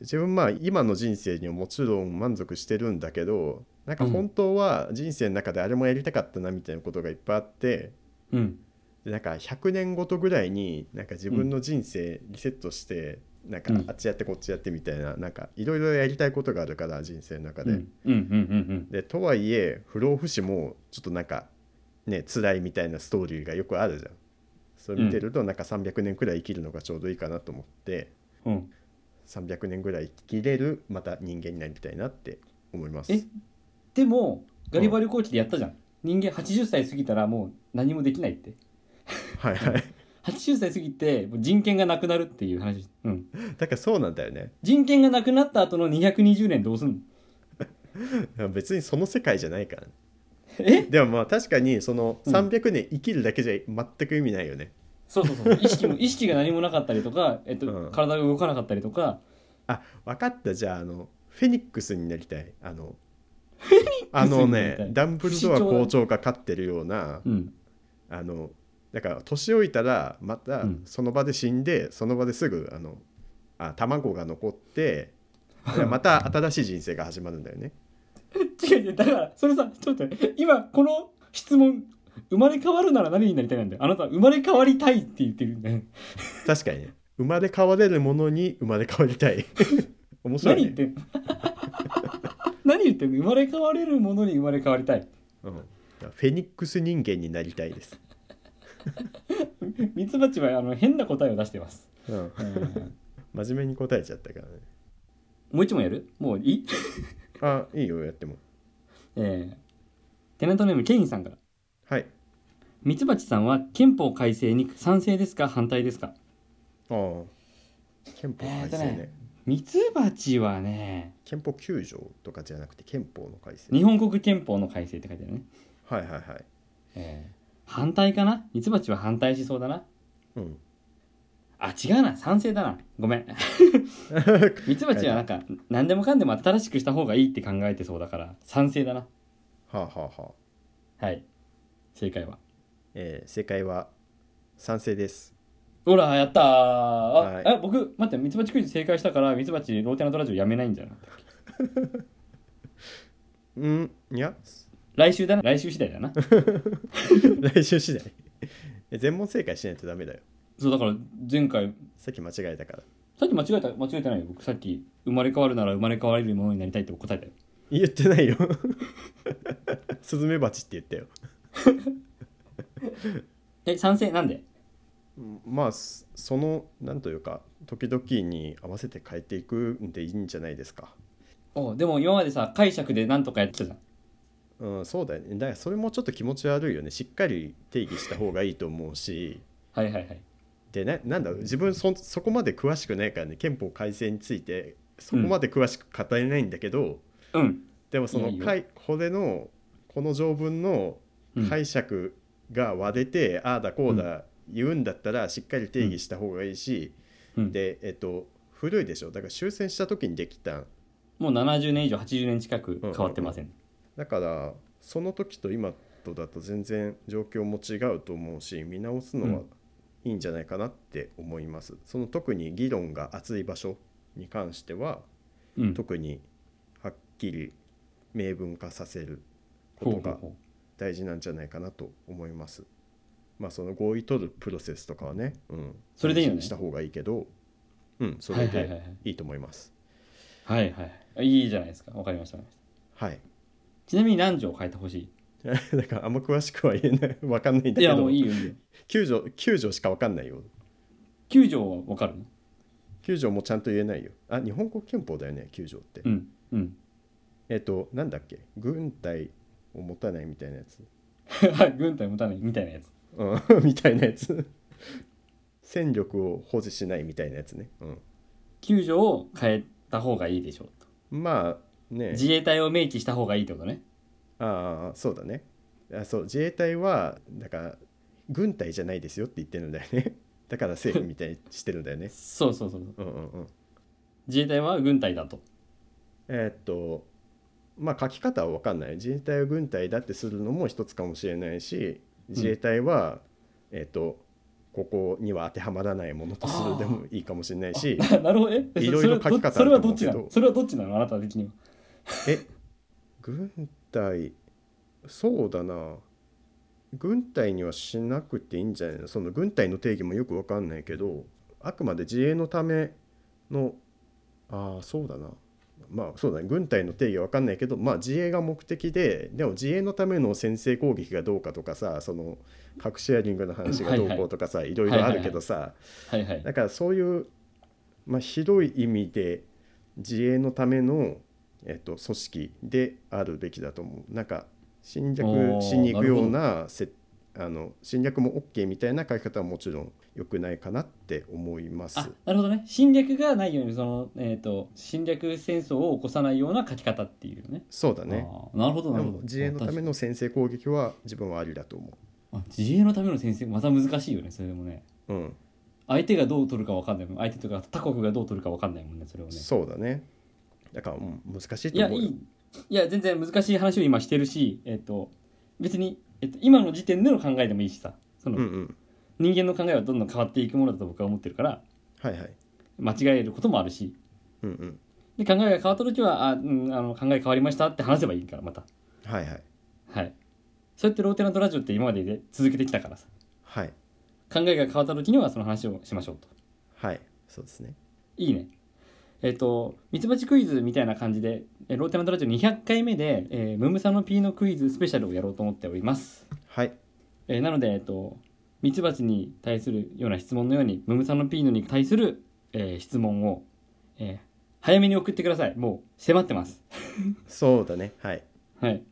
[SPEAKER 1] 自分まあ今の人生にはもちろん満足してるんだけどなんか本当は人生の中であれもやりたかったなみたいなことがいっぱいあって
[SPEAKER 2] うん。
[SPEAKER 1] でなんか100年ごとぐらいになんか自分の人生リセットして、なんか
[SPEAKER 2] うん
[SPEAKER 1] あっちやってこっちやってみたいななんかいろいろやりたいことがあるから人生の中
[SPEAKER 2] う
[SPEAKER 1] で。
[SPEAKER 2] んうんうんうん
[SPEAKER 1] でとはいえ不老不死もちょっとなんかね辛いみたいなストーリーがよくあるじゃん。それ見てるとなんか300年くらい生きるのがちょうどいいかなと思って、
[SPEAKER 2] うん、
[SPEAKER 1] 300年ぐらい生きれるまた人間になりたいなって思います
[SPEAKER 2] えでもガリバリコーチでやったじゃん、人間80歳過ぎたらもう何もできないって
[SPEAKER 1] はいはい
[SPEAKER 2] 80歳過ぎてもう人権がなくなるっていう話、うん、
[SPEAKER 1] だからそうなんだよね
[SPEAKER 2] 人権がなくなった後の220年どうすんの
[SPEAKER 1] 別にその世界じゃないから
[SPEAKER 2] え
[SPEAKER 1] でもまあ確かにその
[SPEAKER 2] うん
[SPEAKER 1] 300年生きるだけじゃ全く意味ないよね、
[SPEAKER 2] そうそうそう意識も意識が何もなかったりとか、えっと
[SPEAKER 1] うん
[SPEAKER 2] 体が動かなかったりとか
[SPEAKER 1] あ分かったじゃああのフェニックスになりたいあの
[SPEAKER 2] ッ
[SPEAKER 1] あ
[SPEAKER 2] クス
[SPEAKER 1] の
[SPEAKER 2] になりたい
[SPEAKER 1] ねダンブルドア校長が飼ってるような
[SPEAKER 2] うん
[SPEAKER 1] あのだから年老いたらまた
[SPEAKER 2] うん
[SPEAKER 1] その場で死んで、その場ですぐあのあ卵が
[SPEAKER 2] <laughs>
[SPEAKER 1] 残ってだからまた新しい人生が始まるんだよね
[SPEAKER 2] 違う違うだからそれさちょっと待って今この質問生まれ変わるなら何になりたいなんだよあなた生まれ変わりたいって言ってるんだよ
[SPEAKER 1] 確かにね生まれ変われるものに生まれ変わり <laughs> たい面白
[SPEAKER 2] 何
[SPEAKER 1] い
[SPEAKER 2] 言っ
[SPEAKER 1] ね、
[SPEAKER 2] てんの何言ってんの <laughs> 生まれ変われるものに生まれ変わりたい
[SPEAKER 1] うん、だからフェニックス人間になりたいです、
[SPEAKER 2] ミツバチはあの変な答えを出してます、
[SPEAKER 1] うん、
[SPEAKER 2] うん
[SPEAKER 1] 真面目に答えちゃったからね
[SPEAKER 2] もう一問やるもういい
[SPEAKER 1] あいいよやっても
[SPEAKER 2] えー、テナントネームケインさんから
[SPEAKER 1] はい
[SPEAKER 2] ミツバチさんは憲法改正に賛成ですか反対ですか
[SPEAKER 1] ああ憲法
[SPEAKER 2] えー
[SPEAKER 1] 改正ね,、
[SPEAKER 2] とねミツバチはね
[SPEAKER 1] 憲法9条とかじゃなくて憲法の改正
[SPEAKER 2] 日本国憲法の改正って書いてあるね、
[SPEAKER 1] はいはいはい
[SPEAKER 2] えー、反対かなミツバチは反対しそうだな
[SPEAKER 1] うん
[SPEAKER 2] あ違うな賛成だなご <laughs> めんミツバチはなんか何でもかんでも新しくした方がいいって考えてそうだから賛成だな
[SPEAKER 1] はあはあはあ
[SPEAKER 2] はい正解は
[SPEAKER 1] えー正解は賛成です
[SPEAKER 2] ほらやったーあ、
[SPEAKER 1] はい
[SPEAKER 2] え僕待ってミツバチクイズ正解したからミツバチローテナントラジオやめないんじゃない
[SPEAKER 1] うんいや <laughs>
[SPEAKER 2] 来週だな来週次第 <laughs> だな
[SPEAKER 1] 来週次第え全問正解しないとダメだよ
[SPEAKER 2] そうだから前回
[SPEAKER 1] さっき間違えたから
[SPEAKER 2] さっき間違えた間違えてないよ僕さっき生まれ変わるなら生まれ変われるものになりたいって答えたよ
[SPEAKER 1] 言ってないよ <laughs> スズメバチって言ったよ
[SPEAKER 2] え賛成なんで
[SPEAKER 1] うんまあすそのなんというか時々に合わせて変えていくんでいいんじゃないですか
[SPEAKER 2] おうでも今までさ解釈で何とかやってたじゃん
[SPEAKER 1] うん、そうだよねだからそれもちょっと気持ち悪いよねしっかり定義した方がいいと思うし
[SPEAKER 2] はいはいはい
[SPEAKER 1] でななんだろう自分そそこまで詳しくないからね憲法改正についてそこまで詳しく語れないんだけど、
[SPEAKER 2] うん、
[SPEAKER 1] でもそ
[SPEAKER 2] い
[SPEAKER 1] の
[SPEAKER 2] やいいよ
[SPEAKER 1] かいこれのこの条文の
[SPEAKER 2] うん
[SPEAKER 1] 解釈が割れて、ああだこうだ言うんだったらしっかり定義した方がいいし、
[SPEAKER 2] うん、
[SPEAKER 1] でえっと古いでしょだから終戦した時にできた
[SPEAKER 2] もう70年以上80年近く変わってません,、
[SPEAKER 1] だからその時と今とだと全然状況も違うと思うし見直すのは
[SPEAKER 2] うん
[SPEAKER 1] いいんじゃないかなって思います。その特に議論が熱い場所に関しては
[SPEAKER 2] うん
[SPEAKER 1] 特にはっきり明文化させるこ
[SPEAKER 2] ほうほ
[SPEAKER 1] と
[SPEAKER 2] う
[SPEAKER 1] が
[SPEAKER 2] ほう
[SPEAKER 1] 大事なんじゃないかなと思います。まあその合意取るプロセスとかはね、うん、
[SPEAKER 2] それでいいよね
[SPEAKER 1] 大事にした方がいいけど、うん、それ
[SPEAKER 2] はいはい
[SPEAKER 1] で
[SPEAKER 2] はい
[SPEAKER 1] いいと思います。
[SPEAKER 2] はいはいいいじゃないですかわかりましたわかりまし
[SPEAKER 1] はい。 <laughs>
[SPEAKER 2] たちなみに何条変えてほし
[SPEAKER 1] だからあんま詳しくは言えない、わかんないん
[SPEAKER 2] い
[SPEAKER 1] だ
[SPEAKER 2] い
[SPEAKER 1] け
[SPEAKER 2] やも
[SPEAKER 1] ど
[SPEAKER 2] う、いいよいいよ
[SPEAKER 1] 九条九条しかわかんないよ。
[SPEAKER 2] 9条はわかるの
[SPEAKER 1] 九条もちゃんと言えないよ。あ、日本国憲法だよね、九条って。
[SPEAKER 2] うんうん <laughs>
[SPEAKER 1] えっ、となんだっけ、軍隊を持たないみたいなやつ、
[SPEAKER 2] 軍隊持たないみたいなやつ
[SPEAKER 1] うん、 <laughs> みたいなやつ。戦力を保持しないみたいなやつね。うん。
[SPEAKER 2] 9条を変えた方がいいでしょうと
[SPEAKER 1] まあね。
[SPEAKER 2] 自衛隊を明記した方がいいってことね
[SPEAKER 1] ああそうだねあそう自衛隊はだから軍隊じゃないですよって言ってるんだよね <laughs> だから政府みたいにしてるんだよね
[SPEAKER 2] そうそうそう
[SPEAKER 1] うんうんうん
[SPEAKER 2] 自衛隊は軍隊だと
[SPEAKER 1] えーっとまあ書き方は分かんない自衛隊を軍隊だってするのも一つかもしれないし自衛隊は、えーっとここには当てはまらないものとするでもいいかもしれないし
[SPEAKER 2] <laughs> なるほどえ
[SPEAKER 1] いろいろ書き方
[SPEAKER 2] それはど
[SPEAKER 1] ある
[SPEAKER 2] そ
[SPEAKER 1] と
[SPEAKER 2] れはどっちなのそれは
[SPEAKER 1] 思うけど
[SPEAKER 2] どっちなのあなた的には
[SPEAKER 1] え軍隊そうだな軍隊にはしなくていいんじゃないのその軍隊の定義もよくわかんないけどあくまで自衛のためのああそうだなまあそうだね軍隊の定義は分かんないけどまあ自衛が目的ででも自衛のための先制攻撃がどうかとかさその核シェアリングの話がどうこうとかさいろいろあるけどさ
[SPEAKER 2] はいはい
[SPEAKER 1] だからそういう、まあ、広い意味で自衛のための、えっと、組織であるべきだと思う。なんか侵略
[SPEAKER 2] おー
[SPEAKER 1] しに行くようなせあの侵略も OK みたいな書き方はもちろん良くないかなって思います。
[SPEAKER 2] あなるほどね侵略がないようにその、えー、と侵略戦争を起こさないような書き方っていうね
[SPEAKER 1] そうだね。
[SPEAKER 2] あーなるほどな
[SPEAKER 1] で
[SPEAKER 2] るほ
[SPEAKER 1] も
[SPEAKER 2] ど
[SPEAKER 1] 自衛のための先制攻撃は自分はありだと思
[SPEAKER 2] あ自衛のための先生また難しいよねそれもね
[SPEAKER 1] う。うん、
[SPEAKER 2] 相手がどう取るか分かんないもん相手とか他国がどう取るか分かんないもんねそれをね
[SPEAKER 1] そうだね。だから、うん、難しい
[SPEAKER 2] い
[SPEAKER 1] と
[SPEAKER 2] や
[SPEAKER 1] 思
[SPEAKER 2] いう
[SPEAKER 1] よ。
[SPEAKER 2] いいや全然難しい話を今してるし、えっと別に、えっと今の時点での考えでもいいしさその、
[SPEAKER 1] うんうん。
[SPEAKER 2] 人間の考えはどんどん変わっていくものだと僕は思ってるから
[SPEAKER 1] はいはい。
[SPEAKER 2] 間違えることもあるし
[SPEAKER 1] うんうん。
[SPEAKER 2] で考えが変わった時はあ、うん、あの考え変わりましたって話せばいいからまた
[SPEAKER 1] はいはい。
[SPEAKER 2] はいそうやってローテナントラジオって今までで続けてきたからさ
[SPEAKER 1] はい。
[SPEAKER 2] 考えが変わった時にはその話をしましょうと
[SPEAKER 1] はい。そうですね。
[SPEAKER 2] いいねえっ、とミツバチクイズみたいな感じでえローテナントラジオ200回目で、えームムサノピーのクイズスペシャルをやろうと思っております
[SPEAKER 1] はい。
[SPEAKER 2] えーなので、えっと、ミツバチに対するような質問のように、ムムサノピーノに対する、えー質問を、えー早めに送ってください。もう迫ってます。
[SPEAKER 1] そうだね。はい。
[SPEAKER 2] はい。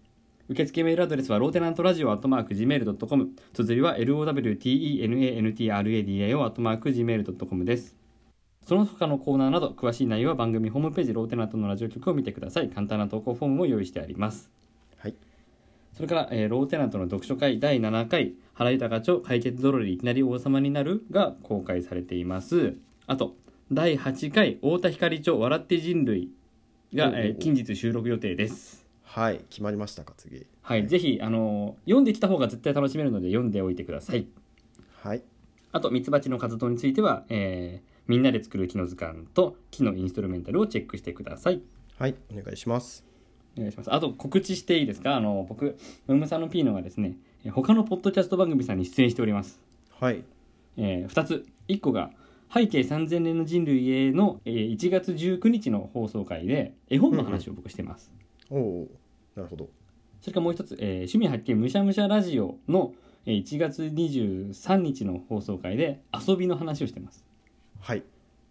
[SPEAKER 2] 受付メールアドレスはローテナントラジオアットマーク Gmail.com 綴りは LOWTENANTRADIO アットマーク Gmail.com ですその他のコーナーなど詳しい内容は番組ホームページローテナントのラジオ局を見てください簡単な投稿フォームも用意してあります
[SPEAKER 1] はい
[SPEAKER 2] それから、えーローテナントの読書会第7回「原豊町解決ぞろりいきなり王様になる」が公開されていますあと第8回太田光町笑って人類が、
[SPEAKER 1] おうおう
[SPEAKER 2] え
[SPEAKER 1] お
[SPEAKER 2] ー
[SPEAKER 1] う
[SPEAKER 2] 近日収録予定です
[SPEAKER 1] はい。決まりましたか、次。
[SPEAKER 2] はい、ぜひあの読んできた方が絶対楽しめるので読んでおいてください
[SPEAKER 1] はい。
[SPEAKER 2] あとミツバチの活動については、えーみんなで作る木の図鑑と木のインストルメンタルをチェックしてください
[SPEAKER 1] はい。お願いします。
[SPEAKER 2] お願いしますあと告知していいですかあの僕ムムさんのピーノがですねえー他のポッドキャスト番組さんに出演しております、
[SPEAKER 1] はい。
[SPEAKER 2] え2つ1個が「背景3000年の人類へ」の、えー1月19日の放送回で絵本の話を僕してます、
[SPEAKER 1] おお。なるほど。
[SPEAKER 2] それからもう一つ、えー趣味発見むしゃむしゃラジオの、えー1月23日の放送回で遊びの話をしてます。
[SPEAKER 1] はい。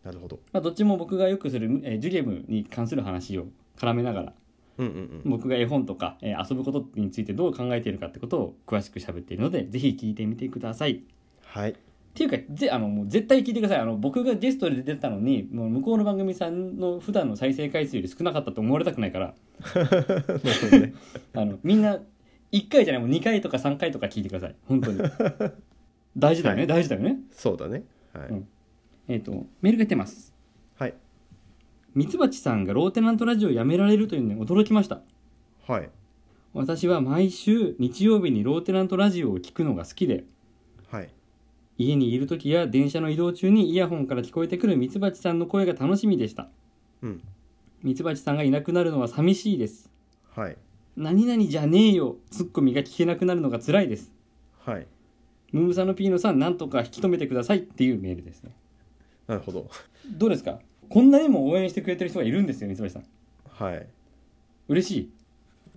[SPEAKER 1] なるほど。
[SPEAKER 2] まあ、どっちも僕がよくする、えージュゲムに関する話を絡めながら、
[SPEAKER 1] うんうんうん。
[SPEAKER 2] 僕が絵本とか、えー遊ぶことについてどう考えているかってことを詳しく喋っているので、ぜひ聞いてみてください。っ
[SPEAKER 1] はい。
[SPEAKER 2] ていうか、ぜあのもう絶対聞いてください。あの僕がゲストで出てたのに、もう向こうの番組さんの普段の再生回数より少なかったと思われたくないから、
[SPEAKER 1] <laughs> なるほどね。
[SPEAKER 2] <laughs> あのみんな1回じゃないもう2回とか3回とか聞いてください本当
[SPEAKER 1] <laughs>
[SPEAKER 2] に大事だよね、
[SPEAKER 1] はい
[SPEAKER 2] 大事だよね
[SPEAKER 1] そうだね。はい。
[SPEAKER 2] うんえっ、とメールが来てます
[SPEAKER 1] はい。
[SPEAKER 2] ミツバチさんがローテナントラジオをやめられるというのに驚きました
[SPEAKER 1] はい。
[SPEAKER 2] 私は毎週日曜日にローテナントラジオを聞くのが好きで
[SPEAKER 1] はい。
[SPEAKER 2] 家にいる時や電車の移動中にイヤホンから聞こえてくるミツバチさんの声が楽しみでした
[SPEAKER 1] うん。
[SPEAKER 2] ミツバチさんがいなくなるのは寂しいです
[SPEAKER 1] はい。
[SPEAKER 2] 何々じゃねえよツッコミが聞けなくなるのが辛いです
[SPEAKER 1] はい。
[SPEAKER 2] ムムサノピーノさんなんとか引き止めてくださいっていうメールですね
[SPEAKER 1] なるほど。
[SPEAKER 2] どうですかこんなにも応援してくれてる人がいるんですよ三橋さん
[SPEAKER 1] はい。
[SPEAKER 2] 嬉し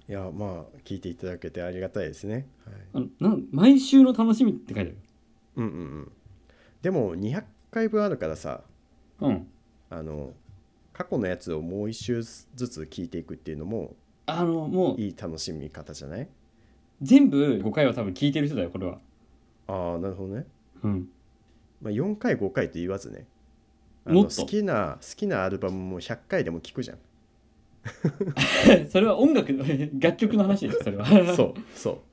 [SPEAKER 2] い
[SPEAKER 1] いや、まあ、聞いていただけてありがたいですね。はい。
[SPEAKER 2] あのなん毎週の楽しみって書いて
[SPEAKER 1] うんうんうん。でも、200回分あるからさ、
[SPEAKER 2] あるうん
[SPEAKER 1] あの、過去のやつをもう一周ずつ聞いていくっていうのも
[SPEAKER 2] あのもう
[SPEAKER 1] いい楽しみ方じゃない
[SPEAKER 2] 全部5回は多分聞いてる人だよこれは
[SPEAKER 1] ああ、なるほどね。
[SPEAKER 2] うん
[SPEAKER 1] まあ、4回5回と言わずねあ
[SPEAKER 2] も
[SPEAKER 1] の
[SPEAKER 2] っと
[SPEAKER 1] 好きな好きなアルバムも100回でも聴くじゃん
[SPEAKER 2] <laughs> それは音楽の <laughs> 楽曲の話ですそれは
[SPEAKER 1] そうそ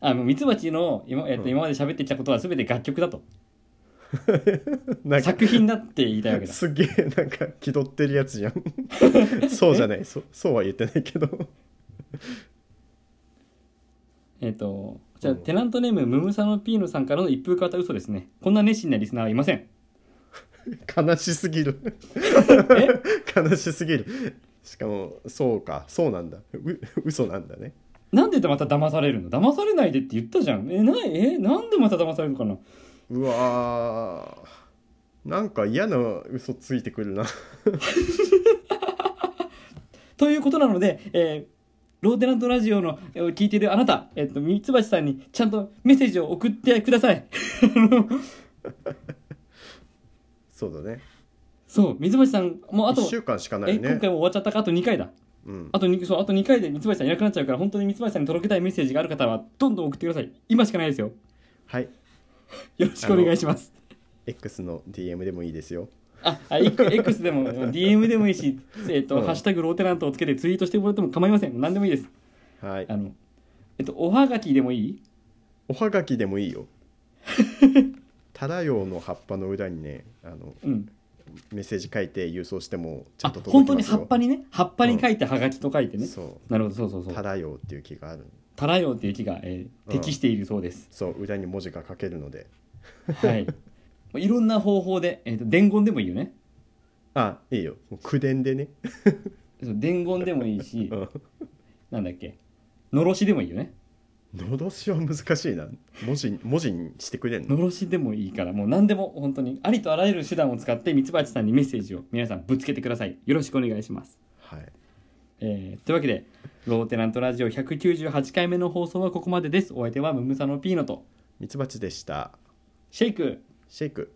[SPEAKER 2] あのミツバチの今,、えっ
[SPEAKER 1] う
[SPEAKER 2] と、
[SPEAKER 1] ん
[SPEAKER 2] 今まで喋ってきたことは全て楽曲だと
[SPEAKER 1] う <laughs> なんか
[SPEAKER 2] 作品だって言いたいわけだ
[SPEAKER 1] すげえなんか気取ってるやつじゃん
[SPEAKER 2] <laughs>
[SPEAKER 1] そうじゃないそそうは言ってないけど
[SPEAKER 2] えっとじゃあ
[SPEAKER 1] うん
[SPEAKER 2] テナントネームムムサノピーノさんからの一風変わった嘘ですねこんな熱心なリスナーはいません
[SPEAKER 1] 悲しすぎる <laughs> 悲しすぎるしかもそうかそうなんだう嘘なんだね
[SPEAKER 2] なんでまた騙されるの騙されないでって言ったじゃん。え、ない、え、なんでまた騙されるのかな
[SPEAKER 1] うわーなんか嫌な嘘ついてくるな
[SPEAKER 2] ということなので、えーローテナントラジオの、えー聞いてるあなた、えっと、ミツバチさんにちゃんとメッセージを送ってください。あの
[SPEAKER 1] そうだね
[SPEAKER 2] そう、ミツバチさん、もうあと、
[SPEAKER 1] 1週間しかな
[SPEAKER 2] え、
[SPEAKER 1] い
[SPEAKER 2] 今回
[SPEAKER 1] ね
[SPEAKER 2] も終わっちゃったか、あと2回だ。
[SPEAKER 1] うん
[SPEAKER 2] あとにそうあと2回で三橋さんいなくなっちゃうから本当に三橋さんに届けたいメッセージがある方はどんどん送ってください今しかないですよ
[SPEAKER 1] はい
[SPEAKER 2] よろしくお願いします
[SPEAKER 1] X の DM でもいいですよ
[SPEAKER 2] ああい X でも DM でもいいし「えっと
[SPEAKER 1] うん
[SPEAKER 2] ハッシュタグローテナント」をつけてツイートしてもらっても構いません何でもいいです
[SPEAKER 1] はい
[SPEAKER 2] あのえっとおはがきでもいい
[SPEAKER 1] おはがきでもいい
[SPEAKER 2] <laughs>
[SPEAKER 1] よタラヨウの葉っぱの裏にねあの
[SPEAKER 2] うん
[SPEAKER 1] メッセージ書いて郵送してもちゃ
[SPEAKER 2] あ
[SPEAKER 1] んと
[SPEAKER 2] 本
[SPEAKER 1] 届
[SPEAKER 2] 当に
[SPEAKER 1] きます
[SPEAKER 2] 葉
[SPEAKER 1] よ
[SPEAKER 2] っぱにね葉っぱに書いてはがきと書いてね
[SPEAKER 1] そ
[SPEAKER 2] なるほどそうそうそう
[SPEAKER 1] タ
[SPEAKER 2] う
[SPEAKER 1] ラヨウっていう木がある
[SPEAKER 2] 「たらよ」っていう木が、えー
[SPEAKER 1] うん
[SPEAKER 2] 適しているそうです、
[SPEAKER 1] そう裏に文字が書けるので
[SPEAKER 2] はいまあいろんな方法で、えっと伝言でもいいよね
[SPEAKER 1] あいいよもう口
[SPEAKER 2] <laughs>
[SPEAKER 1] 伝でね
[SPEAKER 2] そう伝言でもいいし
[SPEAKER 1] うん
[SPEAKER 2] なんだっけのろしでもいいよね
[SPEAKER 1] のどしは難しいな文字文字にしてくれんの
[SPEAKER 2] のろしでもいいからもう何でも本当にありとあらゆる手段を使ってミツバチさんにメッセージを皆さんぶつけてくださいよろしくお願いします、
[SPEAKER 1] はい
[SPEAKER 2] えーというわけでローテナントラジオ198回目の放送はここまでですお相手はムムサノピーノと
[SPEAKER 1] ミツバチでした
[SPEAKER 2] シェイク
[SPEAKER 1] シェイク